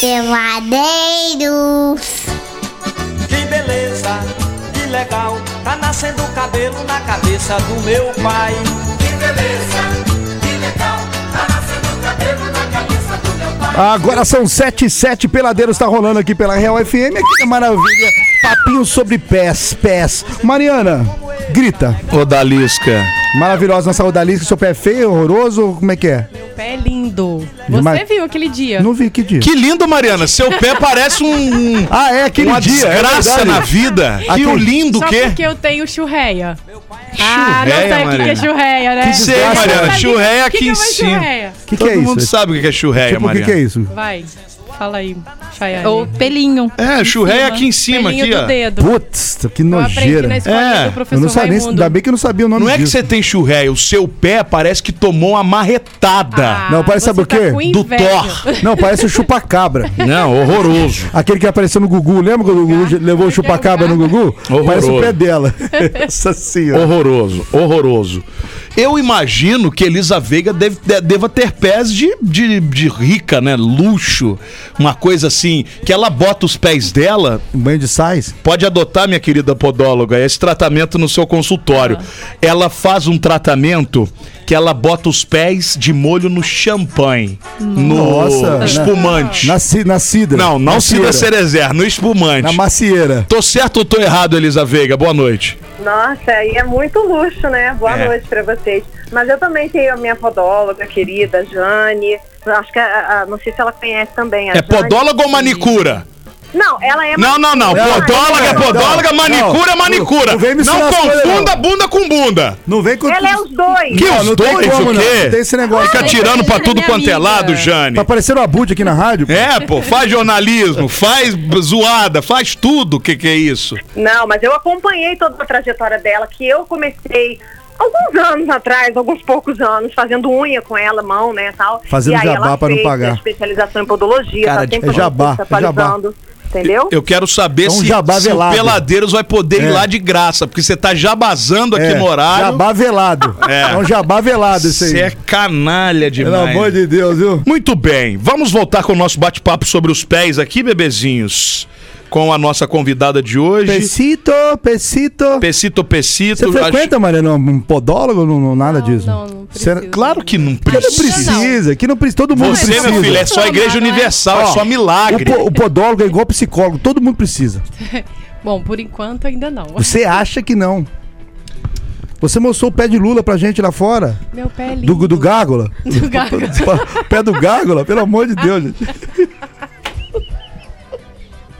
Speaker 5: Peladeiros!
Speaker 7: Que beleza, que legal, tá nascendo cabelo na cabeça do meu pai.
Speaker 3: Agora são 7 e 7 peladeiros, tá rolando aqui pela Real FM. Aqui é maravilha. Papinho sobre pés, pés. Mariana, grita.
Speaker 2: Ô, Dalisca.
Speaker 3: Maravilhosa nossa odalisca, seu pé é feio, horroroso, como é que é?
Speaker 4: Meu pé é lindo. Você
Speaker 3: Demais.
Speaker 4: viu aquele dia?
Speaker 3: Não vi que dia.
Speaker 2: Que lindo, Mariana. Seu pé parece um. um-
Speaker 3: Ah, é aquele
Speaker 2: uma
Speaker 3: dia. é
Speaker 2: desgraça
Speaker 3: verdade.
Speaker 2: na vida. Que o lindo
Speaker 8: Só
Speaker 2: que. é.
Speaker 8: porque eu tenho churreia. ah, não sei o
Speaker 2: Churreia,
Speaker 8: que que é
Speaker 2: Mariana.
Speaker 8: churreia, né?
Speaker 2: Não sei,
Speaker 8: Eu
Speaker 2: Mariana.
Speaker 8: sabia.
Speaker 2: Churreia
Speaker 8: O que
Speaker 2: aqui
Speaker 8: que é
Speaker 2: em
Speaker 8: uma
Speaker 2: cima.
Speaker 8: churreia?
Speaker 3: Que que
Speaker 2: Todo
Speaker 3: é isso?
Speaker 2: mundo sabe o que é churreia,
Speaker 3: Tipo, o que,
Speaker 2: Mariana.
Speaker 3: que é isso?
Speaker 8: Vai, fala aí, Chayane.
Speaker 4: Ou pelinho.
Speaker 2: É, churreia aqui em cima,
Speaker 8: Pelinho
Speaker 2: aqui,
Speaker 8: do
Speaker 2: ó.
Speaker 8: dedo.
Speaker 3: Putz, que
Speaker 8: Eu aprendi na
Speaker 3: nojeira.
Speaker 8: escola
Speaker 2: É, eu
Speaker 8: do professor
Speaker 3: Eu não sabia, nem-
Speaker 8: Raimundo.
Speaker 3: ainda bem que eu não sabia o nome
Speaker 2: Não é que
Speaker 3: disso.
Speaker 2: você tem churreia, o seu pé parece que tomou uma marretada
Speaker 8: Ah,
Speaker 3: Não, parece,
Speaker 8: você
Speaker 3: sabe o
Speaker 8: tá
Speaker 3: quê?
Speaker 8: com
Speaker 2: do
Speaker 8: inveja.
Speaker 2: Thor.
Speaker 3: Não, parece o chupacabra.
Speaker 2: Não, horroroso.
Speaker 3: Aquele que apareceu no Gugu, lembra quando o Gugu levou o chupacabra no Gugu?
Speaker 2: Horroroso.
Speaker 3: Parece o pé dela. Essa senhora.
Speaker 2: Horroroso, horroroso. Eu imagino que Elisa Veiga deve- de- deva ter pés de, de, de rica, né? Luxo. Uma coisa assim, que ela bota os pés dela.
Speaker 3: Um banho de sais?
Speaker 2: Pode adotar, minha querida podóloga, esse tratamento no seu consultório.
Speaker 8: Ah.
Speaker 2: Ela faz um tratamento que ela bota os pés de molho no champanhe.
Speaker 3: Nossa,
Speaker 2: no
Speaker 3: né?
Speaker 2: espumante.
Speaker 3: Na, ci- na cidra.
Speaker 2: Não, não
Speaker 3: na
Speaker 2: se da
Speaker 3: cera.
Speaker 2: Cerezer, no é espumante.
Speaker 3: Na macieira.
Speaker 2: Tô certo ou tô errado, Elisa Veiga? Boa noite.
Speaker 9: Nossa, aí é muito luxo, né? Boa
Speaker 2: É.
Speaker 9: noite pra vocês. Mas eu também tenho a minha podóloga querida, Jane. Eu Acho que a- a- não sei se ela conhece também. A
Speaker 2: É
Speaker 9: Jane.
Speaker 2: podóloga ou manicura?
Speaker 9: Não, ela é.
Speaker 2: Não, não, não.
Speaker 3: Não,
Speaker 2: Podóloga é
Speaker 3: não,
Speaker 2: podóloga,
Speaker 3: não,
Speaker 2: manicura é
Speaker 3: não,
Speaker 2: manicura.
Speaker 3: não vem me
Speaker 2: Não,
Speaker 3: ensinar as coisas,
Speaker 2: confunda
Speaker 3: não.
Speaker 2: bunda com bunda.
Speaker 3: Não vem com.
Speaker 9: Ela é os dois.
Speaker 2: Que
Speaker 3: Não,
Speaker 2: os
Speaker 3: não tem
Speaker 2: dois,
Speaker 3: como,
Speaker 2: o
Speaker 3: não.
Speaker 2: quê?
Speaker 3: Não tem esse negócio.
Speaker 2: Fica
Speaker 4: Ah,
Speaker 2: tirando pra
Speaker 4: Helena,
Speaker 2: tudo
Speaker 4: minha
Speaker 2: quanto é
Speaker 4: amiga.
Speaker 2: lado, Jane.
Speaker 3: Tá parecendo a Bud aqui na rádio.
Speaker 2: É, pô, faz jornalismo, faz zoada, faz tudo. O que que é isso?
Speaker 9: Não, mas eu acompanhei toda a trajetória dela, que eu comecei alguns anos atrás, alguns poucos anos, fazendo unha com ela, mão, né, tal.
Speaker 3: Fazendo
Speaker 9: e aí
Speaker 3: jabá
Speaker 9: ela
Speaker 3: pra não
Speaker 9: fez
Speaker 3: pagar.
Speaker 9: a especialização em podologia,
Speaker 3: Cara,
Speaker 9: tá sempre
Speaker 3: é jabá,
Speaker 9: se
Speaker 3: é jabá.
Speaker 9: atualizando, entendeu?
Speaker 2: Eu quero saber
Speaker 3: É um
Speaker 2: se,
Speaker 3: jabá
Speaker 2: se o
Speaker 3: velado.
Speaker 2: Peladeiros vai poder
Speaker 3: É.
Speaker 2: ir lá de graça, porque você tá jabazando aqui
Speaker 3: É,
Speaker 2: no horário.
Speaker 3: Jabá velado.
Speaker 2: É.
Speaker 3: É. um jabá velado esse aí.
Speaker 2: Você é canalha demais.
Speaker 3: Pelo amor de Deus, viu?
Speaker 2: Muito bem, vamos voltar com o nosso bate-papo sobre os pés aqui, bebezinhos. Com a nossa convidada de hoje.
Speaker 3: Pecito, pecito.
Speaker 2: Pecito, pecito.
Speaker 3: Você
Speaker 2: acho-
Speaker 3: frequenta, Mariana, um podólogo? Não, não, nada
Speaker 4: Não,
Speaker 3: disso.
Speaker 4: não, não
Speaker 3: Você-
Speaker 4: preciso.
Speaker 3: claro
Speaker 2: Claro que não
Speaker 3: que não
Speaker 2: precisa.
Speaker 3: precisa. Que não precisa. Todo mundo
Speaker 2: Você,
Speaker 3: precisa.
Speaker 2: meu filho, é só igreja
Speaker 4: Não é?
Speaker 2: universal,
Speaker 3: Ó,
Speaker 2: é só
Speaker 3: o,
Speaker 2: milagre.
Speaker 3: po- o podólogo é igual psicólogo, todo mundo precisa.
Speaker 8: Bom, por enquanto ainda não.
Speaker 3: Você acha que não. Você mostrou o pé de Lula pra gente lá fora?
Speaker 8: Meu pé é lindo.
Speaker 3: Do, do Gárgula?
Speaker 8: Do Gárgula.
Speaker 3: O pé do Gárgula, pelo amor de Deus, gente.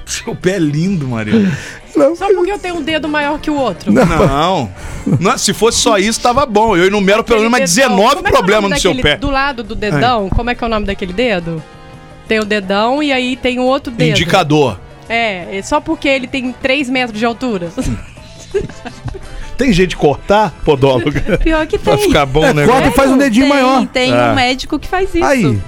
Speaker 2: Seu pé é lindo, Mariana.
Speaker 3: Não,
Speaker 8: Só porque eu tenho um dedo maior que o outro.
Speaker 2: Não. Não, Se fosse só isso, tava bom. Eu enumero pelo menos mais
Speaker 8: Aquele dedão.
Speaker 2: 19
Speaker 8: Como é que é o
Speaker 2: problemas
Speaker 8: nome
Speaker 2: no seu
Speaker 8: daquele-
Speaker 2: pé.
Speaker 8: Do lado do dedão, como é que é o nome daquele dedo? Tem o dedão e aí tem o outro dedo.
Speaker 2: Indicador.
Speaker 8: É, é só porque ele tem 3 metros de altura.
Speaker 2: Tem jeito de cortar, podóloga?
Speaker 4: Pior que tem.
Speaker 2: pra ficar bom,
Speaker 3: É,
Speaker 2: né?
Speaker 3: corta- faz um dedinho
Speaker 4: tem,
Speaker 3: maior.
Speaker 4: Tem
Speaker 2: É.
Speaker 4: um médico que faz isso.
Speaker 3: Aí.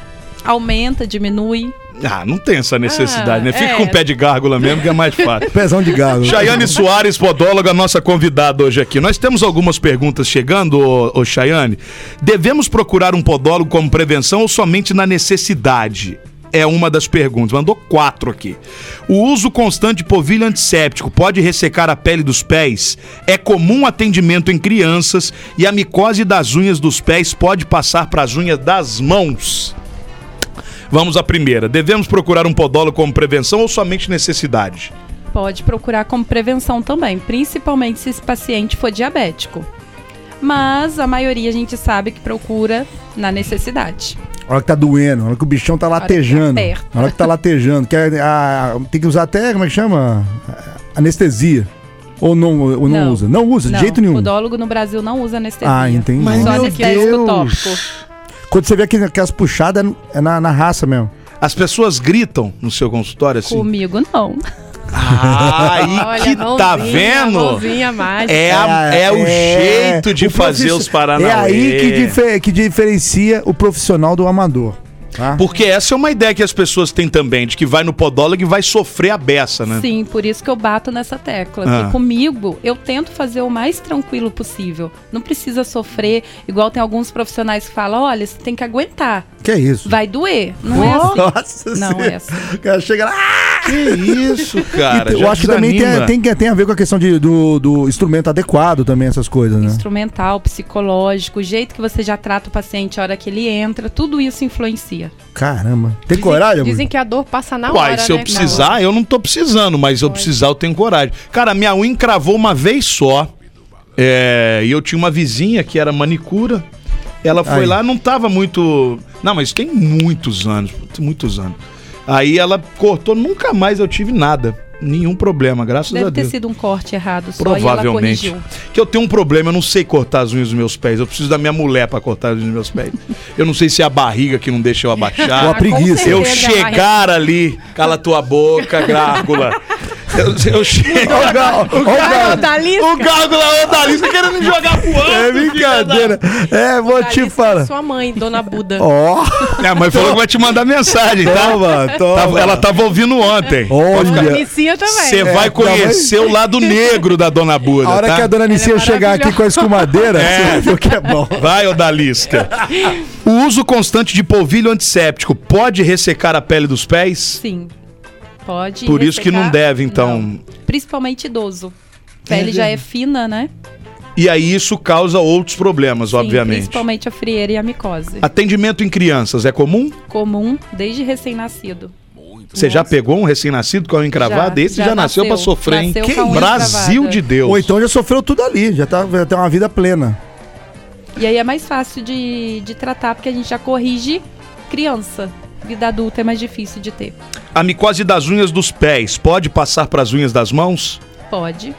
Speaker 4: Aumenta, diminui.
Speaker 2: Ah, não tem essa necessidade,
Speaker 8: Ah,
Speaker 2: né? Fica
Speaker 8: é.
Speaker 2: com o pé de gárgula mesmo, que é mais fácil.
Speaker 3: Pezão de galo.
Speaker 2: Chayane Soares, podóloga, nossa convidada hoje aqui. Nós temos algumas perguntas chegando, ô, ô Chayane. Devemos procurar um podólogo como prevenção ou somente na necessidade? É uma das perguntas. Mandou quatro aqui. O uso constante de povilho antisséptico pode ressecar a pele dos pés? É comum atendimento em crianças e a micose das unhas dos pés pode passar para as unhas das mãos? Vamos à primeira. Devemos procurar um podólogo como prevenção ou somente necessidade?
Speaker 4: Pode procurar como prevenção também, principalmente se esse paciente for diabético. Mas a maioria a gente sabe que procura na necessidade.
Speaker 3: A hora que tá doendo, a hora que o bichão tá
Speaker 4: que tá
Speaker 3: latejando.
Speaker 4: aperta.
Speaker 3: A hora que tá latejando. Quer, a- tem que usar até, como é que chama? Anestesia. Ou não, ou não,
Speaker 4: Não.
Speaker 3: usa? Não usa, de jeito nenhum.
Speaker 4: podólogo no Brasil não usa anestesia.
Speaker 3: Ah, entendi. Mas,
Speaker 4: Só é
Speaker 3: meu
Speaker 4: anestésico
Speaker 3: Deus.
Speaker 4: tópico.
Speaker 3: Quando você vê aquele- aquelas puxadas, é na, na raça mesmo.
Speaker 2: As pessoas gritam no seu consultório assim.
Speaker 4: Comigo não.
Speaker 2: Ah, aí
Speaker 8: Olha,
Speaker 2: que
Speaker 8: mãozinha,
Speaker 2: tá vendo?
Speaker 8: Mãozinha mágica.
Speaker 2: É, a- é o
Speaker 3: é,
Speaker 2: jeito de
Speaker 3: o
Speaker 2: fazer
Speaker 3: profiss-
Speaker 2: os Paranauê.
Speaker 3: É aí que, dife- que diferencia o profissional do amador. Tá?
Speaker 2: Porque essa é uma ideia que as pessoas têm também, de que vai no podólogo e vai sofrer a beça, né?
Speaker 4: Sim, por isso que eu bato nessa tecla.
Speaker 2: Ah.
Speaker 4: Porque comigo, eu tento fazer o mais tranquilo possível. Não precisa sofrer, igual tem alguns profissionais que falam, olha, você tem que aguentar.
Speaker 3: Que é isso?
Speaker 4: Vai doer. Não é assim.
Speaker 3: Nossa
Speaker 4: Não
Speaker 3: Senhora.
Speaker 4: é assim.
Speaker 3: O cara chega lá. "Ah!"
Speaker 2: Que isso, cara.
Speaker 3: eu
Speaker 2: já
Speaker 3: acho que também tem,
Speaker 2: desanima.
Speaker 3: tem, que- tem a ver com a questão de- do, do instrumento adequado também, essas coisas, né?
Speaker 4: Instrumental, psicológico, o jeito que você já trata o paciente a hora que ele entra, tudo isso influencia.
Speaker 3: Caramba. Tem coragem? amor?
Speaker 8: Dizem que a dor passa na
Speaker 2: Uai,
Speaker 8: hora,
Speaker 2: se eu
Speaker 8: né?
Speaker 2: precisar, eu não tô precisando, mas se eu precisar, eu tenho coragem. Cara, minha unha encravou uma vez só. É, e eu tinha uma vizinha que era manicura. Ela foi
Speaker 3: Aí.
Speaker 2: lá, não tava muito. Não, mas tem muitos anos, putz, muitos anos. Aí ela cortou, nunca mais eu tive nada. Nenhum problema, graças a
Speaker 4: Deve ter
Speaker 2: Deus.
Speaker 4: sido um corte errado só e ela
Speaker 2: Provavelmente.
Speaker 4: corrigiu.
Speaker 2: Que eu tenho um problema, eu não sei cortar as unhas dos meus pés. Eu preciso da minha mulher pra cortar as unhas dos meus pés. Eu não sei se é a barriga que não deixa eu abaixar.
Speaker 4: Ah,
Speaker 3: Ou a preguiça.
Speaker 2: Se eu
Speaker 8: Certeza,
Speaker 2: chegar ali, cala tua boca, Gárgula. Eu, eu chego.
Speaker 3: Ó o Gal- ó o Gal-
Speaker 2: O Gárgula Odalisca querendo me jogar pro alto.
Speaker 3: É brincadeira. É, vou te falar.
Speaker 8: Sua mãe, Dona Buda.
Speaker 3: Ó,
Speaker 2: Minha mãe falou que vai te mandar mensagem, tá?
Speaker 3: toma,
Speaker 2: Tava-
Speaker 3: toma.
Speaker 2: ela tava ouvindo ontem.
Speaker 8: A
Speaker 2: é,
Speaker 3: Olha.
Speaker 8: Nicinha também.
Speaker 2: Você vai
Speaker 3: É,
Speaker 2: conhecer o lado negro da Dona Buda,
Speaker 3: A hora
Speaker 2: tá?
Speaker 3: que a dona Nicinha
Speaker 8: Ela é
Speaker 3: chegar aqui com a escumadeira,
Speaker 2: É.
Speaker 3: você vai ver o que é bom.
Speaker 2: Vai, Odalisca. O uso constante de polvilho antisséptico pode ressecar a pele dos pés?
Speaker 4: Sim. Pode.
Speaker 2: Por isso que não
Speaker 4: ressecar.
Speaker 2: deve, então.
Speaker 4: Não. Principalmente idoso. Pele já é fina, né?
Speaker 2: E aí isso causa outros problemas,
Speaker 4: Sim,
Speaker 2: obviamente.
Speaker 4: principalmente a frieira e a micose.
Speaker 2: Atendimento em crianças é comum?
Speaker 4: Comum desde recém-nascido.
Speaker 2: Você já pegou um recém-nascido com a unha encravada?
Speaker 4: Já,
Speaker 2: Esse já,
Speaker 4: já
Speaker 2: nasceu, pra
Speaker 4: nasceu.
Speaker 2: sofrer, hein?
Speaker 4: Nasceu
Speaker 2: Que
Speaker 4: com a unha
Speaker 2: Brasil
Speaker 4: encravada.
Speaker 2: de Deus.
Speaker 3: Ou então já sofreu tudo ali, já tá, já tem uma vida plena.
Speaker 4: E aí é mais fácil de, de tratar, porque a gente já corrige criança. vida adulta é mais difícil de ter.
Speaker 2: A micose das unhas dos pés pode passar para as unhas das mãos?
Speaker 4: Pode.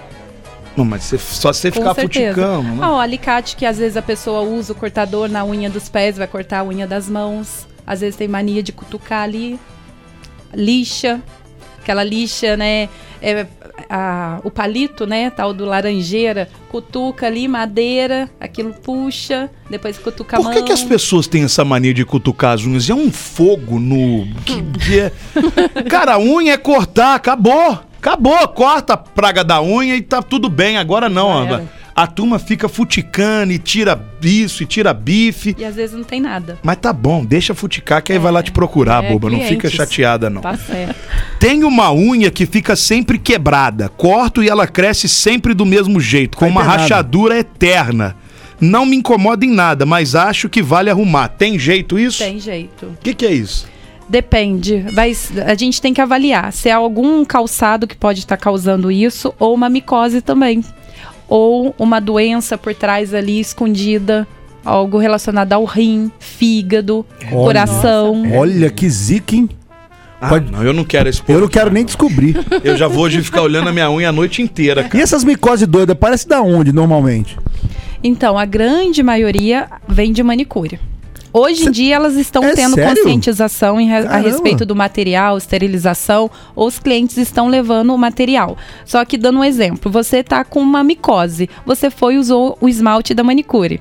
Speaker 2: Não, mas você- só você
Speaker 4: Com
Speaker 2: ficar
Speaker 4: certeza.
Speaker 2: futicando. né?
Speaker 4: Ah, o alicate que às vezes a pessoa usa o cortador na unha dos pés, vai cortar a unha das mãos. Às vezes tem mania de cutucar ali. Lixa. Aquela lixa, né? É, a- o palito, né? Tal do laranjeira. Cutuca ali, madeira. Aquilo puxa. Depois cutuca a
Speaker 2: Por
Speaker 4: mão.
Speaker 2: que, que as pessoas têm essa mania de cutucar as unhas? É um fogo no. Que, que é... Cara, a unha é cortar, acabou. Acabou, corta a praga da unha e tá tudo bem. Agora não,
Speaker 8: Já
Speaker 2: Ana.
Speaker 8: era.
Speaker 2: A turma fica futicando e tira isso e tira bife.
Speaker 4: E às vezes não tem nada.
Speaker 2: Mas tá bom, deixa futicar que aí vai lá te procurar,
Speaker 8: É,
Speaker 2: boba. Não fica
Speaker 8: clientes.
Speaker 2: chateada, não.
Speaker 4: Tá certo.
Speaker 2: Tem uma unha que fica sempre quebrada. Corto e ela cresce sempre do mesmo jeito, com
Speaker 3: Vai
Speaker 2: uma
Speaker 3: ter nada.
Speaker 2: rachadura eterna. Não me incomoda em nada, mas acho que vale arrumar. Tem jeito isso?
Speaker 4: Tem jeito.
Speaker 2: O que, que é isso?
Speaker 4: Depende. Vai, a gente tem que avaliar se é algum calçado que pode estar causando isso ou uma micose também. Ou uma doença por trás ali escondida, algo relacionado ao rim, fígado, coração.
Speaker 3: Olha que zica, hein?
Speaker 2: Ah,
Speaker 3: Pode-
Speaker 2: não, eu não quero esse
Speaker 3: Eu
Speaker 2: povo.
Speaker 3: não quero nem descobrir.
Speaker 2: Eu já vou hoje ficar olhando a minha unha a noite inteira, cara.
Speaker 3: E essas micose doidas, parece da onde normalmente?
Speaker 4: Então, a grande maioria vem de manicure. Hoje em dia elas estão
Speaker 3: É
Speaker 4: tendo
Speaker 3: sério?
Speaker 4: conscientização em re- a
Speaker 3: Caramba.
Speaker 4: respeito do material, esterilização, ou os clientes estão levando o material. Só que dando um exemplo, você tá com uma micose, você foi e usou o esmalte da manicure.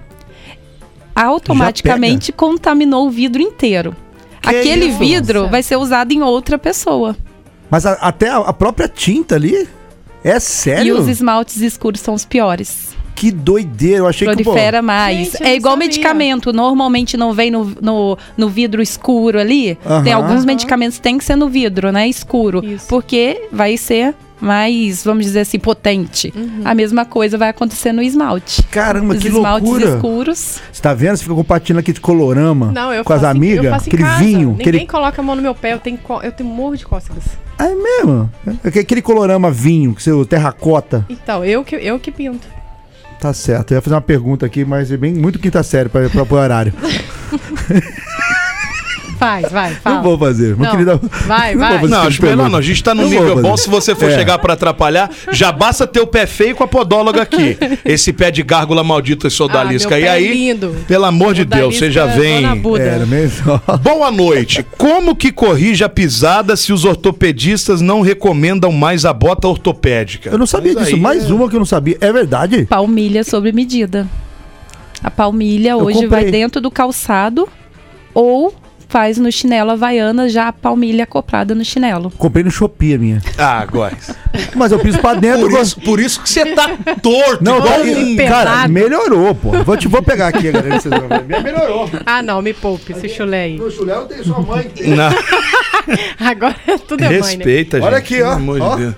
Speaker 4: Automaticamente contaminou o vidro inteiro. Aquele
Speaker 3: isso?
Speaker 4: vidro vai ser usado em outra pessoa.
Speaker 3: Mas a- até a, a própria tinta ali. É sério?
Speaker 4: E os esmaltes escuros são os piores.
Speaker 3: Que doideira. Eu achei que. pô,
Speaker 4: prolifera mais.
Speaker 8: Gente, eu
Speaker 4: é
Speaker 8: não
Speaker 4: igual
Speaker 8: sabia.
Speaker 4: medicamento. Normalmente não vem no, no, no vidro escuro ali.
Speaker 3: Aham.
Speaker 4: Tem alguns medicamentos que tem que ser no vidro, né? Escuro.
Speaker 8: Isso.
Speaker 4: Porque vai ser mais, vamos dizer assim, potente.
Speaker 8: Uhum.
Speaker 4: A mesma coisa vai acontecer no esmalte.
Speaker 3: Caramba,
Speaker 4: Os
Speaker 3: que
Speaker 4: esmaltes
Speaker 3: loucura.
Speaker 4: escuros.
Speaker 3: Você tá vendo? Você fica compartilhando aqui de colorama
Speaker 8: Não, eu
Speaker 3: com as
Speaker 8: faço em-
Speaker 3: amigas.
Speaker 8: eu faço em
Speaker 3: aquele
Speaker 8: casa.
Speaker 3: vinho.
Speaker 8: Ninguém
Speaker 3: Aquele...
Speaker 8: coloca a mão no meu pé, eu tenho, có- eu tenho morro de cócegas.
Speaker 3: Ah, É mesmo? Aque- Aquele colorama vinho, que seu terracota.
Speaker 8: Então, eu que, eu que pinto.
Speaker 3: Tá certo. Eu ia fazer uma pergunta aqui, mas é bem muito quinta série pra, pra pôr horário.
Speaker 8: Faz, vai, fala.
Speaker 3: Não vou fazer. Meu
Speaker 8: Não.
Speaker 3: querido.
Speaker 8: Vai, vai.
Speaker 3: vou fazer
Speaker 2: Não,
Speaker 3: esse
Speaker 2: acho
Speaker 3: tipo de
Speaker 2: melhor
Speaker 3: pergunta.
Speaker 2: não. A gente tá num
Speaker 3: Não vou
Speaker 2: nível
Speaker 3: fazer.
Speaker 2: bom. Se você for
Speaker 3: É.
Speaker 2: chegar pra atrapalhar, já basta ter o pé feio com a podóloga aqui. Esse pé de gárgula maldita sodalisca.
Speaker 8: meu
Speaker 2: e
Speaker 8: pé
Speaker 2: aí,
Speaker 8: é lindo.
Speaker 2: pelo amor de
Speaker 8: Odalisca,
Speaker 2: Deus, você já vem.
Speaker 8: Dona Buda.
Speaker 3: É, Era mesmo?
Speaker 2: Boa noite. Como que corrige a pisada se os ortopedistas não recomendam mais a bota ortopédica?
Speaker 3: Eu não sabia
Speaker 2: Mas
Speaker 3: disso.
Speaker 2: aí
Speaker 3: Mais
Speaker 2: é-
Speaker 3: uma que eu não sabia. É verdade?
Speaker 4: Palmilha sobre medida. A palmilha
Speaker 3: Eu
Speaker 4: hoje vai
Speaker 3: comprei.
Speaker 4: dentro do calçado ou faz no chinelo havaiana já a palmilha acoplada no chinelo.
Speaker 3: Comprei no Shopee a minha.
Speaker 2: Ah, guys.
Speaker 3: Mas eu piso pra dentro.
Speaker 2: Por
Speaker 3: gosto-
Speaker 2: isso, É por isso que você tá torto.
Speaker 3: Não,
Speaker 2: igual
Speaker 3: tá-
Speaker 2: um-
Speaker 3: cara,
Speaker 8: pelado.
Speaker 3: melhorou, pô. Vou, te, vou pegar aqui agora. pra Vocês vão ver. Minha melhorou.
Speaker 8: Ah, não, me poupe, esse chulé aí.
Speaker 3: Meu chulé eu tenho sua mãe.
Speaker 2: Não,
Speaker 8: Agora tudo é mãe, né?
Speaker 2: Respeita, gente.
Speaker 3: Olha aqui,
Speaker 2: Pelo
Speaker 3: ó,
Speaker 2: amor de
Speaker 3: ó.
Speaker 2: Deus.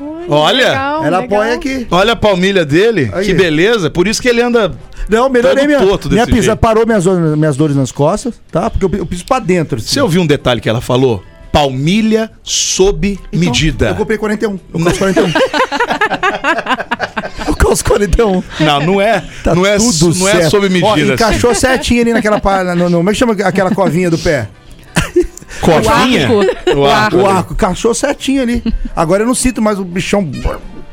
Speaker 8: Ai,
Speaker 2: Olha,
Speaker 8: legal,
Speaker 3: Ela
Speaker 8: legal.
Speaker 3: apoia aqui.
Speaker 2: Olha a palmilha dele.
Speaker 3: Aí.
Speaker 2: Que beleza. Por isso que ele anda.
Speaker 3: Não, melhorei
Speaker 2: Tá
Speaker 3: minha,
Speaker 2: no toto
Speaker 3: minha
Speaker 2: desse
Speaker 3: pisa,
Speaker 2: jeito. Parou
Speaker 3: parou minhas, dores- minhas dores nas costas, tá? Porque eu, pi- eu piso pra dentro. assim.
Speaker 2: Você ouviu um detalhe que ela falou? Palmilha sob
Speaker 3: Então,
Speaker 2: medida.
Speaker 3: Eu comprei 41. Eu calço 41. eu calço 41.
Speaker 2: Não, não é.
Speaker 3: Tá
Speaker 2: não é,
Speaker 3: tudo
Speaker 2: não é
Speaker 3: certo.
Speaker 2: sob
Speaker 3: Ó,
Speaker 2: medida.
Speaker 3: encaixou certinho ali naquela... pa- na- no- no- Como é que chama aquela covinha do pé?
Speaker 2: Covinha?
Speaker 4: O
Speaker 2: O arco.
Speaker 3: O arco, encaixou certinho ali. Agora eu não sinto mais o bichão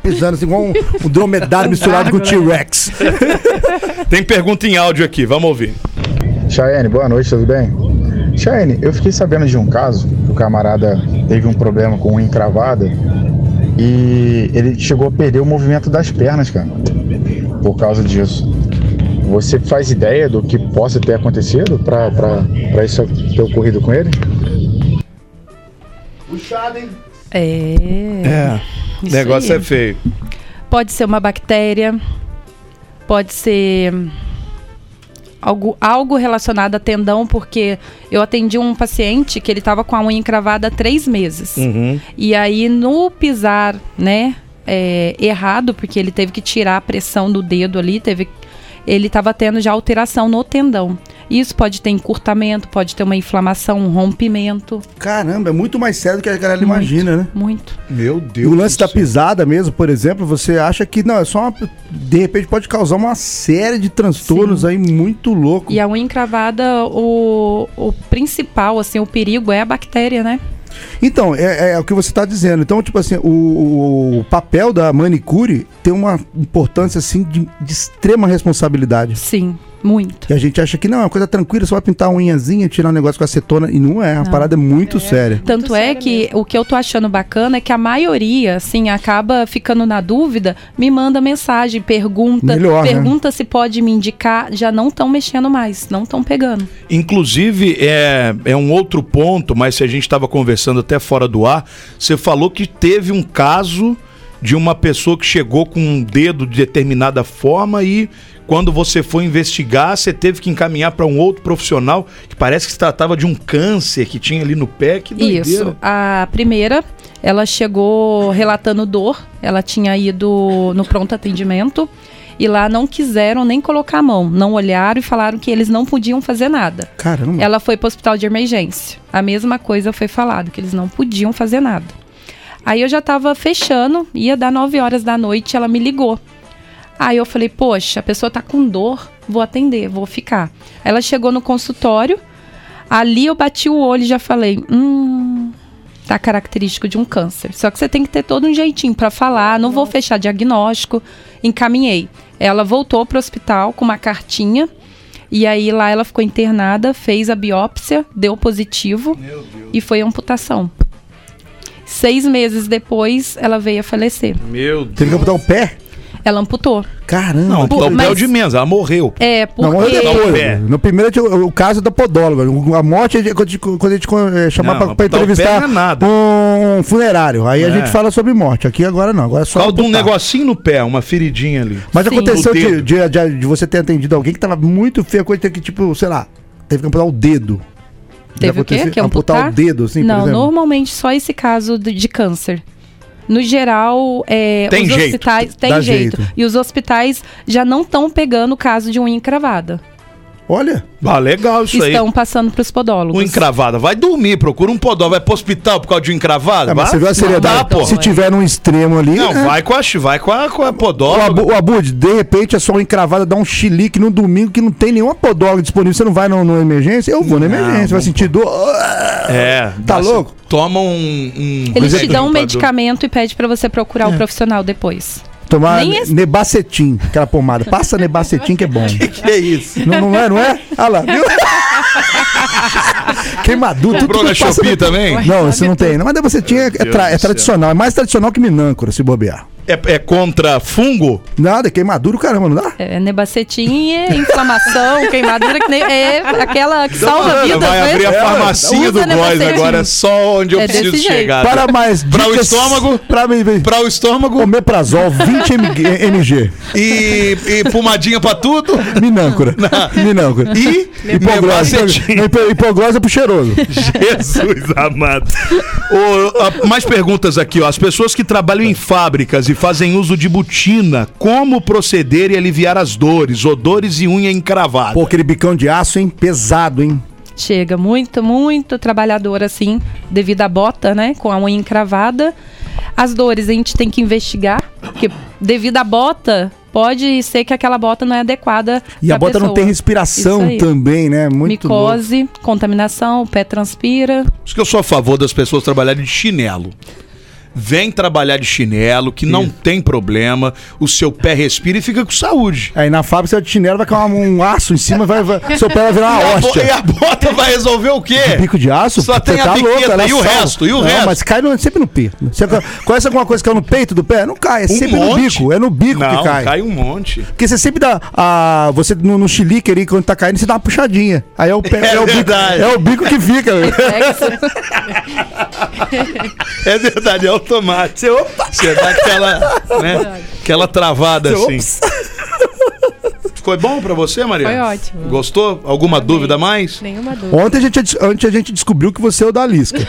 Speaker 3: pisando assim, igual um, um dromedário misturado com o T-Rex.
Speaker 2: Tem pergunta em áudio aqui, vamos ouvir.
Speaker 10: Chayane, boa noite, tudo bem? Chayane, eu fiquei sabendo de um caso que o camarada teve um problema com unha encravada e ele chegou a perder o movimento das pernas, cara, por causa disso. Você faz ideia do que possa ter acontecido pra- pra pra isso ter ocorrido com ele?
Speaker 4: É.
Speaker 2: É. O
Speaker 4: Isso
Speaker 2: negócio
Speaker 4: aí.
Speaker 2: é feio.
Speaker 4: Pode ser uma bactéria, pode ser algo, algo relacionado a tendão, porque eu atendi um paciente que ele estava com a unha encravada há três meses.
Speaker 2: Uhum.
Speaker 4: E aí, no pisar, né, é, errado, porque ele teve que tirar a pressão do dedo ali, teve ele estava tendo já alteração no tendão. Isso pode ter encurtamento, pode ter uma inflamação, um rompimento.
Speaker 3: Caramba, é muito mais sério do que a galera imagina, né?
Speaker 4: Muito.
Speaker 2: Meu
Speaker 3: E
Speaker 2: Deus.
Speaker 3: o lance da pisada mesmo, por exemplo, você acha que não, é só uma. De repente pode causar uma série de transtornos aí muito louco.
Speaker 4: E a unha encravada, o, o principal, assim, o perigo é a bactéria, né?
Speaker 3: Então, é, é o que você tá dizendo. Então, tipo assim, o, o papel da manicure tem uma importância, assim, de, de extrema responsabilidade.
Speaker 4: Sim, muito.
Speaker 3: E a gente acha que não, é uma coisa tranquila, você vai pintar a unhazinha, tirar um negócio com acetona, e não é, a
Speaker 4: Não.
Speaker 3: parada é muito séria.
Speaker 4: Tanto é que o que eu tô achando bacana é que a maioria, assim, acaba ficando na dúvida, me manda mensagem, pergunta,
Speaker 2: Melhor, né?
Speaker 4: pergunta se pode me indicar, já não estão mexendo mais, não estão pegando.
Speaker 2: Inclusive, é, é um outro ponto, mas se a gente estava conversando até fora do ar, você falou que teve um caso de uma pessoa que chegou com um dedo de determinada forma e quando você foi investigar, você teve que encaminhar para um outro profissional que parece que se tratava de um câncer que tinha ali no pé, que doideira.
Speaker 4: Isso. A primeira, ela chegou relatando dor. Ela tinha ido no pronto atendimento e lá não quiseram nem colocar a mão, não olharam e falaram que eles não podiam fazer nada.
Speaker 3: Caramba.
Speaker 4: Ela foi para o hospital de emergência. A mesma coisa foi falado, que eles não podiam fazer nada. Aí eu já estava fechando, ia dar 9 horas da noite, ela me ligou. Aí eu falei, poxa, a pessoa tá com dor, vou atender, vou ficar. Ela chegou no consultório, ali eu bati o olho e já falei, hum, tá característico de um câncer. Só que você tem que ter todo um jeitinho para falar, não vou fechar diagnóstico. Encaminhei. Ela voltou pro hospital com uma cartinha. E aí lá ela ficou internada, fez a biópsia, deu positivo e foi amputação. Seis meses depois, ela veio a falecer.
Speaker 2: Meu Deus.
Speaker 3: Teve que amputar o pé?
Speaker 4: Ela amputou.
Speaker 3: Caramba.
Speaker 2: Não, é
Speaker 4: Pô,
Speaker 2: o pé
Speaker 4: mas-
Speaker 2: de menos, ela morreu.
Speaker 4: É,
Speaker 3: Não, mas
Speaker 4: porque.
Speaker 2: Amputar o
Speaker 3: depois.
Speaker 2: pé.
Speaker 3: No primeiro tinha o, o caso da podóloga. o- A morte é de- quando a gente, quando a gente eh, chamar
Speaker 2: Não,
Speaker 3: pra- pra,
Speaker 2: amputar o pé
Speaker 3: entrevistar
Speaker 2: não é nada.
Speaker 3: um funerário. Aí a
Speaker 2: É.
Speaker 3: gente fala sobre morte. Aqui agora não. Agora é só.
Speaker 2: Só de um
Speaker 3: amputar.
Speaker 2: negocinho no pé, uma feridinha ali.
Speaker 3: Mas
Speaker 4: Sim.
Speaker 3: aconteceu
Speaker 2: No
Speaker 3: de,
Speaker 2: dedo.
Speaker 3: de- de- de você ter atendido alguém que tava muito feio, a coisa teve que, tipo, sei lá, teve que amputar o dedo. Já
Speaker 4: Teve o quê?
Speaker 3: aconteceu?
Speaker 4: Que é
Speaker 3: amputar?
Speaker 4: amputar?
Speaker 3: o dedo, assim,
Speaker 4: não,
Speaker 3: por exemplo.
Speaker 4: normalmente só esse caso de, de câncer. No geral, é,
Speaker 2: Tem
Speaker 4: os
Speaker 2: jeito.
Speaker 4: hospitais. Tem
Speaker 3: Dá
Speaker 4: jeito.
Speaker 3: jeito.
Speaker 4: E os hospitais já não estão pegando o caso de um unha encravada.
Speaker 3: Olha.
Speaker 2: Ah, legal isso aí.
Speaker 4: Estão passando para os
Speaker 2: Um
Speaker 4: podólogos.
Speaker 2: encravada, vai dormir, procura um podó, vai pro hospital por causa de um encravado.
Speaker 3: Ah, mas
Speaker 2: vai?
Speaker 3: você viu a
Speaker 2: Não
Speaker 3: seriedade?
Speaker 2: dá, pô.
Speaker 3: Se tiver num extremo ali.
Speaker 2: Não,
Speaker 3: é.
Speaker 2: vai com a, chi- vai com a, com a
Speaker 3: O,
Speaker 2: podóloga.
Speaker 3: abu, o Abud, de repente é só uma encravada, dá um chilique no domingo que não tem nenhuma podóloga disponível. Você não vai no- numa emergência? Eu vou na emergência, vai sentir dor.
Speaker 2: É. dá-
Speaker 3: Tá louco?
Speaker 2: Toma um. um
Speaker 4: Eles te
Speaker 2: remédio
Speaker 4: dão um
Speaker 2: pra dor.
Speaker 4: medicamento e pede para você procurar
Speaker 3: É.
Speaker 4: o profissional depois.
Speaker 3: Tomar
Speaker 4: Nem esse-
Speaker 3: nebacetim, aquela pomada. Passa nebacetim que é bom.
Speaker 2: Que isso?
Speaker 3: não, não é, não é? Olha lá, viu? Queimadura, tudo
Speaker 2: Comprou na
Speaker 3: que passa
Speaker 2: Shopee
Speaker 3: no-
Speaker 2: também?
Speaker 3: Não, isso não tem. Não, mas nebacetim é, é,
Speaker 2: Deus
Speaker 3: tra-
Speaker 2: do
Speaker 3: é
Speaker 2: céu.
Speaker 3: tradicional. É mais tradicional que minâncora, se bobear.
Speaker 2: É, é contra fungo?
Speaker 3: Nada, queimadura, o caramba, não dá?
Speaker 4: É, nebacetinha, inflamação, queimadura, que nem- é aquela que salva vidas,
Speaker 2: Ah, vai
Speaker 4: né?
Speaker 2: abrir a farmacia
Speaker 4: Usa
Speaker 2: do Góis
Speaker 4: nebacetinha.
Speaker 2: agora, é só onde eu
Speaker 4: É
Speaker 2: preciso
Speaker 4: desse jeito.
Speaker 2: chegar.
Speaker 3: Para mais
Speaker 2: Para o
Speaker 3: dicas-
Speaker 2: estômago?
Speaker 3: Para mim,
Speaker 2: Pra o estômago
Speaker 3: Omeprazol 20 mg.
Speaker 2: e, e pomadinha pra tudo.
Speaker 3: Minâncora. Minâncora.
Speaker 2: E
Speaker 3: Hipoglose.
Speaker 2: nebacetim.
Speaker 3: Não, hipo- Hipoglose é pro cheiroso.
Speaker 2: Jesus amado. Ô, a- mais perguntas aqui, ó. As pessoas que trabalham em fábricas e fazem uso de butina, como proceder e aliviar as dores, odores e unha encravada?
Speaker 3: Pô, aquele bicão de aço, hein? Pesado, hein?
Speaker 4: Chega muito, muito trabalhador assim, devido à bota, né? Com a unha encravada. As dores a gente tem que investigar, porque devido à bota, pode ser que aquela bota não é adequada.
Speaker 3: E
Speaker 4: pra
Speaker 3: a bota não
Speaker 4: pessoa.
Speaker 3: tem respiração
Speaker 4: Isso aí.
Speaker 3: também, né? Muito louco.
Speaker 4: Micose, contaminação, o pé transpira.
Speaker 2: Por isso que eu sou a favor das pessoas trabalharem de chinelo. Vem trabalhar de chinelo, que não tem problema, o seu pé respira e fica com saúde.
Speaker 3: Aí na fábrica, você é de chinelo, vai cair um aço em cima, vai, vai, seu pé vai virar
Speaker 2: E
Speaker 3: uma
Speaker 2: a é bo- E
Speaker 3: hóstia.
Speaker 2: a bota vai resolver o quê?
Speaker 3: Bico de aço?
Speaker 2: Só
Speaker 3: Você tá
Speaker 2: tem a biqueta,
Speaker 3: ela
Speaker 2: e o
Speaker 3: salva.
Speaker 2: resto, e o
Speaker 3: não,
Speaker 2: resto.
Speaker 3: mas cai no- sempre no pé. Você co- conhece alguma coisa que é no peito do pé? Não cai, é sempre no bico. É no bico
Speaker 2: Um Não,
Speaker 3: que cai.
Speaker 2: cai um monte.
Speaker 3: Porque você sempre dá. A, você no, no chilique ali, quando tá caindo, você dá uma puxadinha. Aí é o, pé,
Speaker 2: É
Speaker 3: é o, bico,
Speaker 2: verdade.
Speaker 3: é o bico que fica.
Speaker 2: É verdade, é automático. Você, dá aquela, né, aquela travada assim. Ficou Foi bom pra você, Maria?
Speaker 8: Foi ótimo.
Speaker 2: Gostou? Alguma dúvida a mais?
Speaker 8: Nenhuma dúvida.
Speaker 3: Ontem a, gente, ontem a gente descobriu que você é o da Lisca.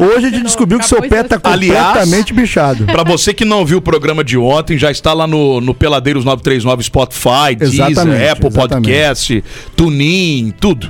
Speaker 3: Hoje a gente descobriu que seu pé tá
Speaker 2: Aliás-
Speaker 3: completamente bichado.
Speaker 2: Pra você que não viu o programa de ontem, já está lá no, no Peladeiros 939 Spotify, Deezer,
Speaker 3: Exatamente,
Speaker 2: Apple Podcast, TuneIn, tudo.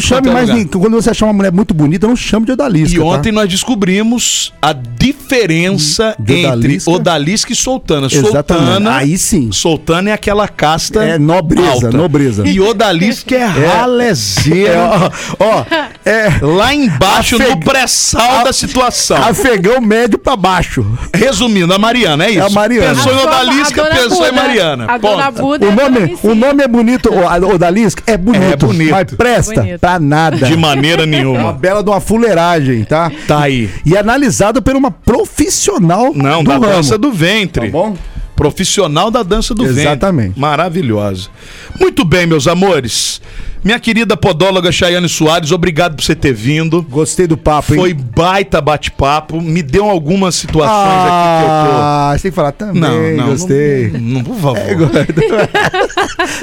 Speaker 2: Tudo quanto
Speaker 3: chame
Speaker 2: é
Speaker 3: mais
Speaker 2: lugar.
Speaker 3: ninguém. Quando você achar uma mulher muito bonita, não chame de odalisca. tá?
Speaker 2: E ontem nós descobrimos a diferença
Speaker 3: Do
Speaker 2: entre
Speaker 3: Odalisca?
Speaker 2: Odalisca e Soltana.
Speaker 3: Hum, Exatamente.
Speaker 2: Soltana,
Speaker 3: Aí sim.
Speaker 2: Soltana é aquela casta
Speaker 3: É nobreza,
Speaker 2: alta.
Speaker 3: nobreza.
Speaker 2: E Odalisca é,
Speaker 3: É,
Speaker 2: ralezeira.
Speaker 3: ó, ó, é
Speaker 2: Lá embaixo, no
Speaker 3: Afeg-
Speaker 2: pré-sal da situação.
Speaker 3: afegão médio pra baixo.
Speaker 2: Resumindo, a Mariana, é isso.
Speaker 3: É a Mariana.
Speaker 2: Pensou em
Speaker 8: A dona-
Speaker 2: Odalisca,
Speaker 8: a dona
Speaker 2: pensou em
Speaker 8: Buda.
Speaker 2: Mariana.
Speaker 8: A dona
Speaker 2: Ponto.
Speaker 8: Buda
Speaker 3: O
Speaker 8: é
Speaker 3: nome,
Speaker 8: conhecida.
Speaker 3: o nome é bonito, o odalisca é bonito,
Speaker 2: É bonito.
Speaker 3: mas presta
Speaker 8: Bonito.
Speaker 3: pra nada. É
Speaker 2: De maneira
Speaker 3: Uma
Speaker 2: nenhuma.
Speaker 3: bela de uma fuleiragem, tá?
Speaker 2: Tá aí.
Speaker 3: E analisado por uma profissional
Speaker 2: Não,
Speaker 3: do
Speaker 2: da
Speaker 3: ramo.
Speaker 2: dança do ventre.
Speaker 3: Tá bom?
Speaker 2: Profissional da dança do ventre.
Speaker 3: Exatamente.
Speaker 2: Maravilhosa. Muito bem, meus amores. Minha querida podóloga Chayane Soares, obrigado por você ter vindo.
Speaker 3: Gostei do papo, hein?
Speaker 2: Foi baita bate-papo. Me deu algumas situações
Speaker 3: ah, você tem que falar
Speaker 2: aqui que eu tô.
Speaker 3: também.
Speaker 2: Não, não.
Speaker 3: gostei. É,
Speaker 2: Não, não, por favor.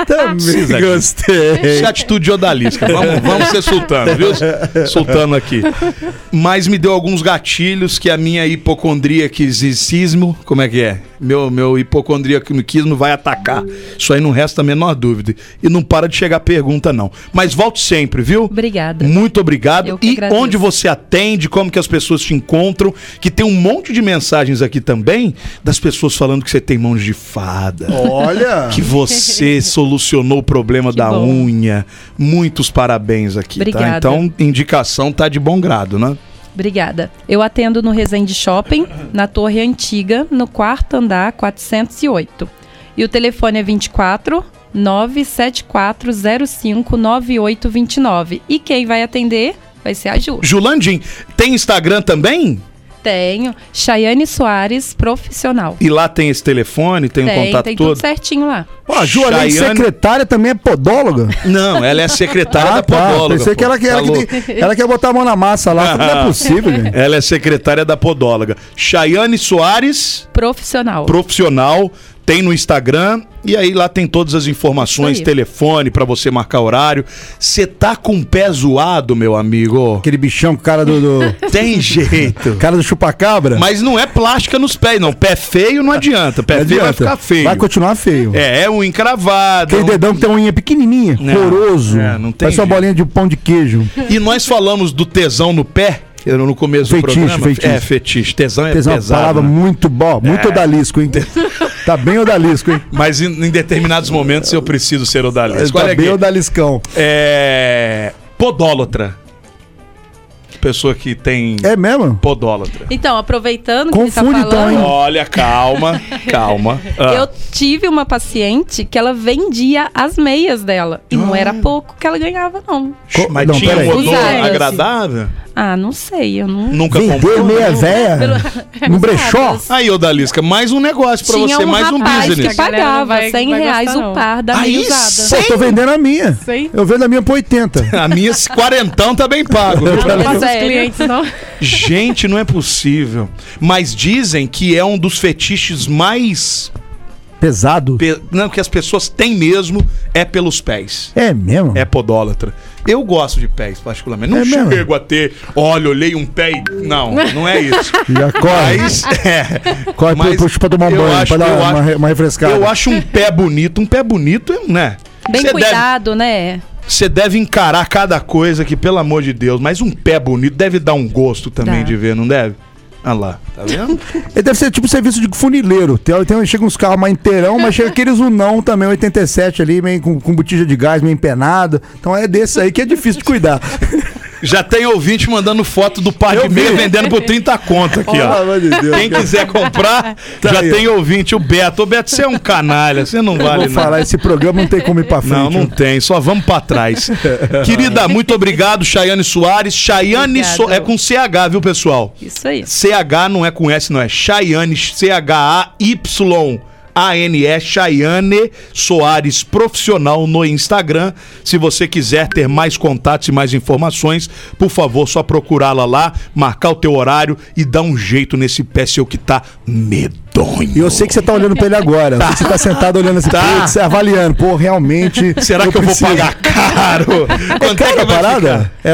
Speaker 3: também
Speaker 2: precisa, cara.
Speaker 3: gostei.
Speaker 2: Isso é atitude odalisca. Vamos, vamos ser sultano, viu? Sultano aqui. Mas me deu alguns gatilhos que a minha hipocondríaquismo, como é que é? Meu, meu hipocondríaquismo vai atacar. Isso aí não resta a menor dúvida. E não para de chegar pergunta, não. Mas volte sempre, viu?
Speaker 4: Obrigada.
Speaker 2: Muito obrigado.
Speaker 4: Eu que
Speaker 2: E
Speaker 4: agradeço.
Speaker 2: onde você atende, como que as pessoas te encontram, que tem um monte de mensagens aqui também das pessoas falando que você tem mãos de fada
Speaker 3: Olha.
Speaker 2: que você solucionou o problema da
Speaker 4: bom.
Speaker 2: unha. Muitos parabéns aqui, tá?
Speaker 4: Obrigada.
Speaker 2: Então, indicação tá de bom grado, né?
Speaker 4: Obrigada. Eu atendo no Resende Shopping, na Torre Antiga, no quarto andar, 408. E o telefone é 24 97405 9829. E quem vai atender vai ser a Ju.
Speaker 2: Julandim, tem Instagram também?
Speaker 4: Tenho Chayane Soares, profissional.
Speaker 2: E lá tem esse telefone, tem o
Speaker 4: Tem,
Speaker 2: contato
Speaker 4: tem tudo
Speaker 2: todo?
Speaker 4: certinho lá.
Speaker 3: Ó, a Ju, além de
Speaker 2: Chayane-
Speaker 3: secretária, também é podóloga?
Speaker 2: é Não, ela é a secretária da podóloga.
Speaker 3: Ah, Pensei
Speaker 2: pô.
Speaker 3: que ela, que,
Speaker 2: Tá
Speaker 3: ela, que
Speaker 2: louco.
Speaker 3: tem- ela quer botar a mão na massa lá. Não é possível, gente.
Speaker 2: Ela é secretária da podóloga. Chayane Soares,
Speaker 4: Profissional.
Speaker 2: profissional, tem no Instagram e aí lá tem todas as informações,
Speaker 4: Isso aí.
Speaker 2: telefone pra você marcar horário. Você tá com o pé zoado, meu amigo?
Speaker 3: Aquele bichão com cara do, do-
Speaker 2: Tem jeito.
Speaker 3: cara do chupacabra.
Speaker 2: Mas não é plástica nos pés, não. Pé feio não adianta. Pé
Speaker 3: Não
Speaker 2: feio vai
Speaker 3: adianta.
Speaker 2: ficar feio.
Speaker 3: Vai continuar feio.
Speaker 2: É, é um encravado.
Speaker 3: Aquele
Speaker 2: um-
Speaker 3: dedão que tem uma unha pequenininha,
Speaker 2: Não,
Speaker 3: poroso.
Speaker 2: é, não tem
Speaker 3: Parece uma
Speaker 2: jeito. É
Speaker 3: bolinha de pão de queijo.
Speaker 2: E nós falamos do tesão no pé eu- no começo do
Speaker 3: Fetiche,
Speaker 2: programa.
Speaker 3: fetiche.
Speaker 2: É, fetiche. Tesão é
Speaker 3: Tesão, uma
Speaker 2: pesado.
Speaker 3: palavra
Speaker 2: né?
Speaker 3: muito boa, muito odalisco, hein? tá bem odalisco, hein?
Speaker 2: Mas em, em determinados momentos eu preciso ser odalisco.
Speaker 3: Tá
Speaker 2: Olha aqui.
Speaker 3: bem odaliscão.
Speaker 2: É. Podólatra. Pessoa que tem.
Speaker 3: É mesmo?
Speaker 2: Podólatra.
Speaker 4: Então, aproveitando que você tá
Speaker 3: Confunde, então,
Speaker 4: falando,
Speaker 3: hein?
Speaker 2: Olha, calma, calma. Ah.
Speaker 4: Eu tive uma paciente que ela vendia as meias dela. E não
Speaker 2: Ah.
Speaker 4: era pouco que ela ganhava, não.
Speaker 2: Mas
Speaker 3: Não,
Speaker 2: tinha um
Speaker 3: peraí.
Speaker 2: odor
Speaker 4: Usar,
Speaker 2: agradável?
Speaker 4: Ah, não sei, eu não.
Speaker 2: Nunca
Speaker 3: Vendeu
Speaker 2: comprou? né?
Speaker 3: meia véia no brechó?
Speaker 4: Usadas.
Speaker 2: Aí, Odalisca, mais um negócio pra
Speaker 4: Tinha
Speaker 2: você,
Speaker 4: um
Speaker 2: mais um
Speaker 4: rapaz
Speaker 2: business.
Speaker 4: que
Speaker 8: A galera não
Speaker 4: pagava
Speaker 8: vai-
Speaker 4: 100
Speaker 8: vai
Speaker 4: reais
Speaker 8: gostar,
Speaker 4: o
Speaker 8: não.
Speaker 4: par da meia
Speaker 2: Aí
Speaker 4: usada.
Speaker 3: Pô, tô vendendo a minha.
Speaker 8: Sei.
Speaker 3: Eu vendo a minha por 80.
Speaker 2: A minha esse quarentão tá bem pago. viu?
Speaker 8: Não passa os
Speaker 4: Sério?
Speaker 8: clientes, não.
Speaker 2: Gente, não é possível. Mas dizem que é um dos fetiches mais.
Speaker 3: Pesado.
Speaker 2: pe- Não, que as pessoas têm mesmo, é pelos pés.
Speaker 3: É mesmo?
Speaker 2: É podólatra. Eu gosto de pés, particularmente. Não
Speaker 3: É mesmo?
Speaker 2: chego a ter. Olha, olhei um pé e. Não, não é isso.
Speaker 3: Já corre.
Speaker 2: Mas. É.
Speaker 3: corre
Speaker 2: mas
Speaker 3: pro, pro, pra tomar um
Speaker 2: eu
Speaker 3: banho,
Speaker 2: acho-
Speaker 3: pra dar
Speaker 2: eu
Speaker 3: uma,
Speaker 2: acho-
Speaker 3: re- uma refrescada.
Speaker 2: Eu acho um pé bonito. Um pé bonito, é, né?
Speaker 4: Bem
Speaker 2: Você deve-
Speaker 4: cuidado, né?
Speaker 2: Você deve encarar cada coisa que, pelo amor de Deus, mas um pé bonito deve dar um gosto também
Speaker 4: Dá.
Speaker 2: de ver, não deve? Olha lá, tá vendo?
Speaker 3: Ele deve ser tipo serviço de funileiro. Tem, tem, chega uns carros mais inteirão, mas chega aqueles unão também, 87 ali, meio com, com botija de gás, meio empenado. Então é desse aí que é difícil de cuidar.
Speaker 2: Já tem ouvinte mandando foto do par de
Speaker 3: Eu vi.
Speaker 2: meia vendendo por 30 conto aqui,
Speaker 3: Pelo
Speaker 2: ó.
Speaker 3: amor de Deus,
Speaker 2: Quem quiser comprar,
Speaker 3: Tá
Speaker 2: já
Speaker 3: aí, ó.
Speaker 2: tem ouvinte. O Beto. Ô, Beto, você é um canalha, você não
Speaker 3: Eu
Speaker 2: vale
Speaker 3: vou falar,
Speaker 2: nada.
Speaker 3: esse programa não tem como ir pra
Speaker 2: Não,
Speaker 3: frente.
Speaker 2: não tem, só vamos pra trás. Querida, muito obrigado, Chayane Soares. Chayane
Speaker 4: Obrigado.
Speaker 2: so... é com CH, viu, pessoal?
Speaker 4: Isso aí.
Speaker 2: CH não é com S, não é. Chayane, C-H-A-Y. A-N-E, Chayane Soares Profissional no Instagram. Se você quiser ter mais contatos e mais informações, por favor, só procurá-la lá, marcar o teu horário e dar um jeito nesse pé seu que tá medonho.
Speaker 3: E eu sei que você tá olhando pra ele agora.
Speaker 2: Tá.
Speaker 3: Você tá sentado olhando assim,
Speaker 2: Tá.
Speaker 3: putz, avaliando. Pô, realmente.
Speaker 2: Será que eu vou pagar caro?
Speaker 3: É
Speaker 2: Quanto é
Speaker 3: cara
Speaker 2: que
Speaker 3: a
Speaker 2: vai
Speaker 3: parada? É,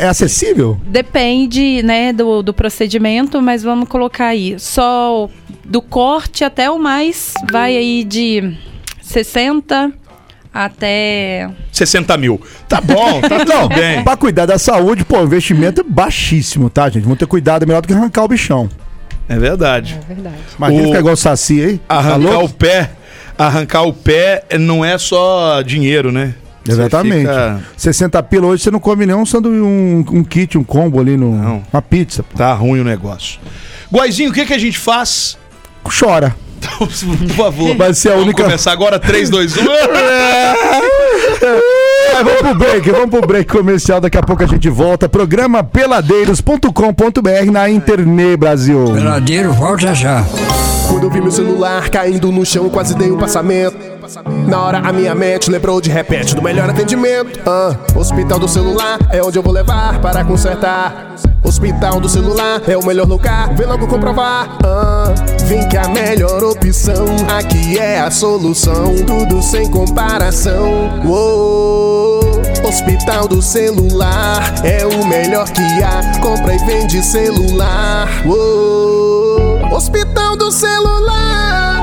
Speaker 3: é- é acessível?
Speaker 4: Depende, né, do, do procedimento, mas vamos colocar aí. Só o- do corte até o mais, vai aí de 60 até.
Speaker 2: 60 mil. Tá bom, tá
Speaker 3: Não,
Speaker 2: tudo bem.
Speaker 3: pra cuidar da saúde, pô, o investimento é baixíssimo, tá, gente? Vamos ter cuidado, é melhor do que arrancar o bichão.
Speaker 2: É verdade.
Speaker 3: Imagina
Speaker 2: O-
Speaker 3: ficar igual o Saci aí. Tá
Speaker 2: Arrancar
Speaker 3: Alô?
Speaker 2: o pé, arrancar o pé não é só dinheiro, né? Você
Speaker 3: Exatamente.
Speaker 2: fica-
Speaker 3: 60 pila hoje você não come nem um sanduíche, um, um kit, um combo ali, no, uma pizza. pô.
Speaker 2: Tá ruim o negócio. Guaizinho, o que, que a gente faz?
Speaker 3: Chora.
Speaker 2: Por favor.
Speaker 3: Vai ser a
Speaker 2: Vamos
Speaker 3: única- É.
Speaker 2: começar agora, um. 3, 2, 1.
Speaker 3: Mas vamos pro break, vamos pro break comercial. Daqui a pouco a gente volta. Programa peladeiros.com.br na Internet Brasil.
Speaker 6: Peladeiro, volta já. Quando eu vi meu celular caindo no chão, quase dei um passamento. Na hora a minha mente lembrou de repente do melhor atendimento. Ah, hospital do celular é onde eu vou levar para consertar. Hospital do celular é o melhor lugar, vem logo comprovar. Ah, vem que a melhor opção aqui é a solução. Tudo sem comparação. Uou. Hospital do celular é o melhor que há. Compra e vende celular. Uou. Hospital do celular.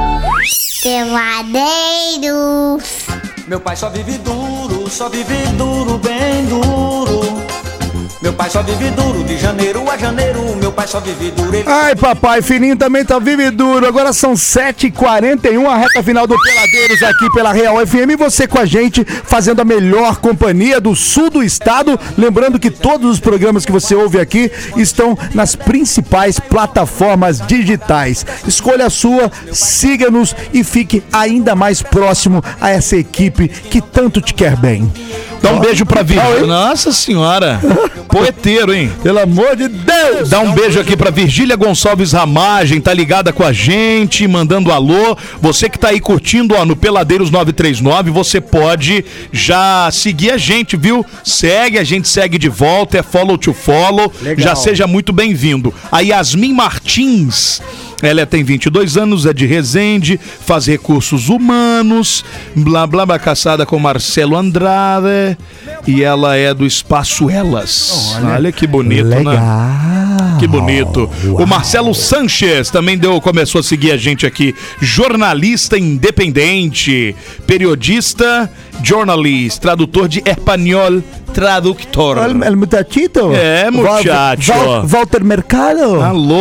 Speaker 5: Peladeiros.
Speaker 7: Meu pai só vive duro, só vive duro, bem duro. Meu pai só vive duro, de janeiro a janeiro. Meu pai só vive duro, ele.
Speaker 3: Ai, papai, fininho também tá vivo e duro. Agora são 7h41, a reta final do Peladeiros aqui pela Real FM. E você com a gente, fazendo a melhor companhia do sul do estado. Lembrando que todos os programas que você ouve aqui estão nas principais plataformas digitais. Escolha a sua, siga-nos e fique ainda mais próximo a essa equipe que tanto te quer bem.
Speaker 2: Dá um beijo pra
Speaker 3: Ah,
Speaker 2: Virgília.
Speaker 3: hein?
Speaker 2: Nossa senhora. Poeteiro, hein?
Speaker 3: Pelo amor de Deus!
Speaker 2: Dá um beijo aqui pra Virgília Gonçalves Ramagem, tá ligada com a gente, mandando alô. Você que tá aí curtindo, ó, no Peladeiros 939, você pode já seguir a gente, viu? Segue, a gente segue de volta, é follow to follow.
Speaker 3: Legal.
Speaker 2: Já seja muito bem-vindo. A Yasmin Martins. Ela tem 22 anos, é de Resende, faz recursos humanos, blá blá blá, casada com Marcelo Andrade, e ela é do Espaço Elas. Olha, que bonito, né? Que bonito. O Marcelo Sanches também deu, começou a seguir a gente aqui. Jornalista independente, periodista, jornalista, tradutor de espanhol, traductor.
Speaker 3: Olha, o muchachito.
Speaker 2: É, muchacho.
Speaker 3: Val- Val- Walter Mercado.
Speaker 2: Alô.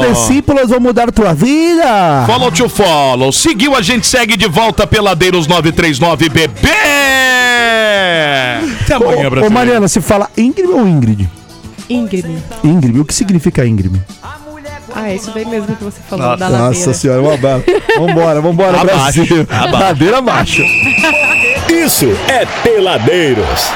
Speaker 3: Meus discípulos vão mudar tua vida.
Speaker 2: Follow to follow. Seguiu, a gente segue de volta Peladeiros 939 BB. Até amanhã,
Speaker 3: Tá Ô, ô,
Speaker 2: Brasil.
Speaker 3: Mariana, se fala Ingrid ou Ingrid?
Speaker 8: Ingrid.
Speaker 3: Ingrid, o que significa Ingrid?
Speaker 8: Ah, é isso daí mesmo que você falou
Speaker 2: Nossa.
Speaker 8: da ladeira.
Speaker 3: senhora, um abraço. Vambora, vambora,
Speaker 2: Abaixo,
Speaker 3: Brasil.
Speaker 2: abaixo.
Speaker 3: Ladeira abaixo.
Speaker 1: Isso é Peladeiros.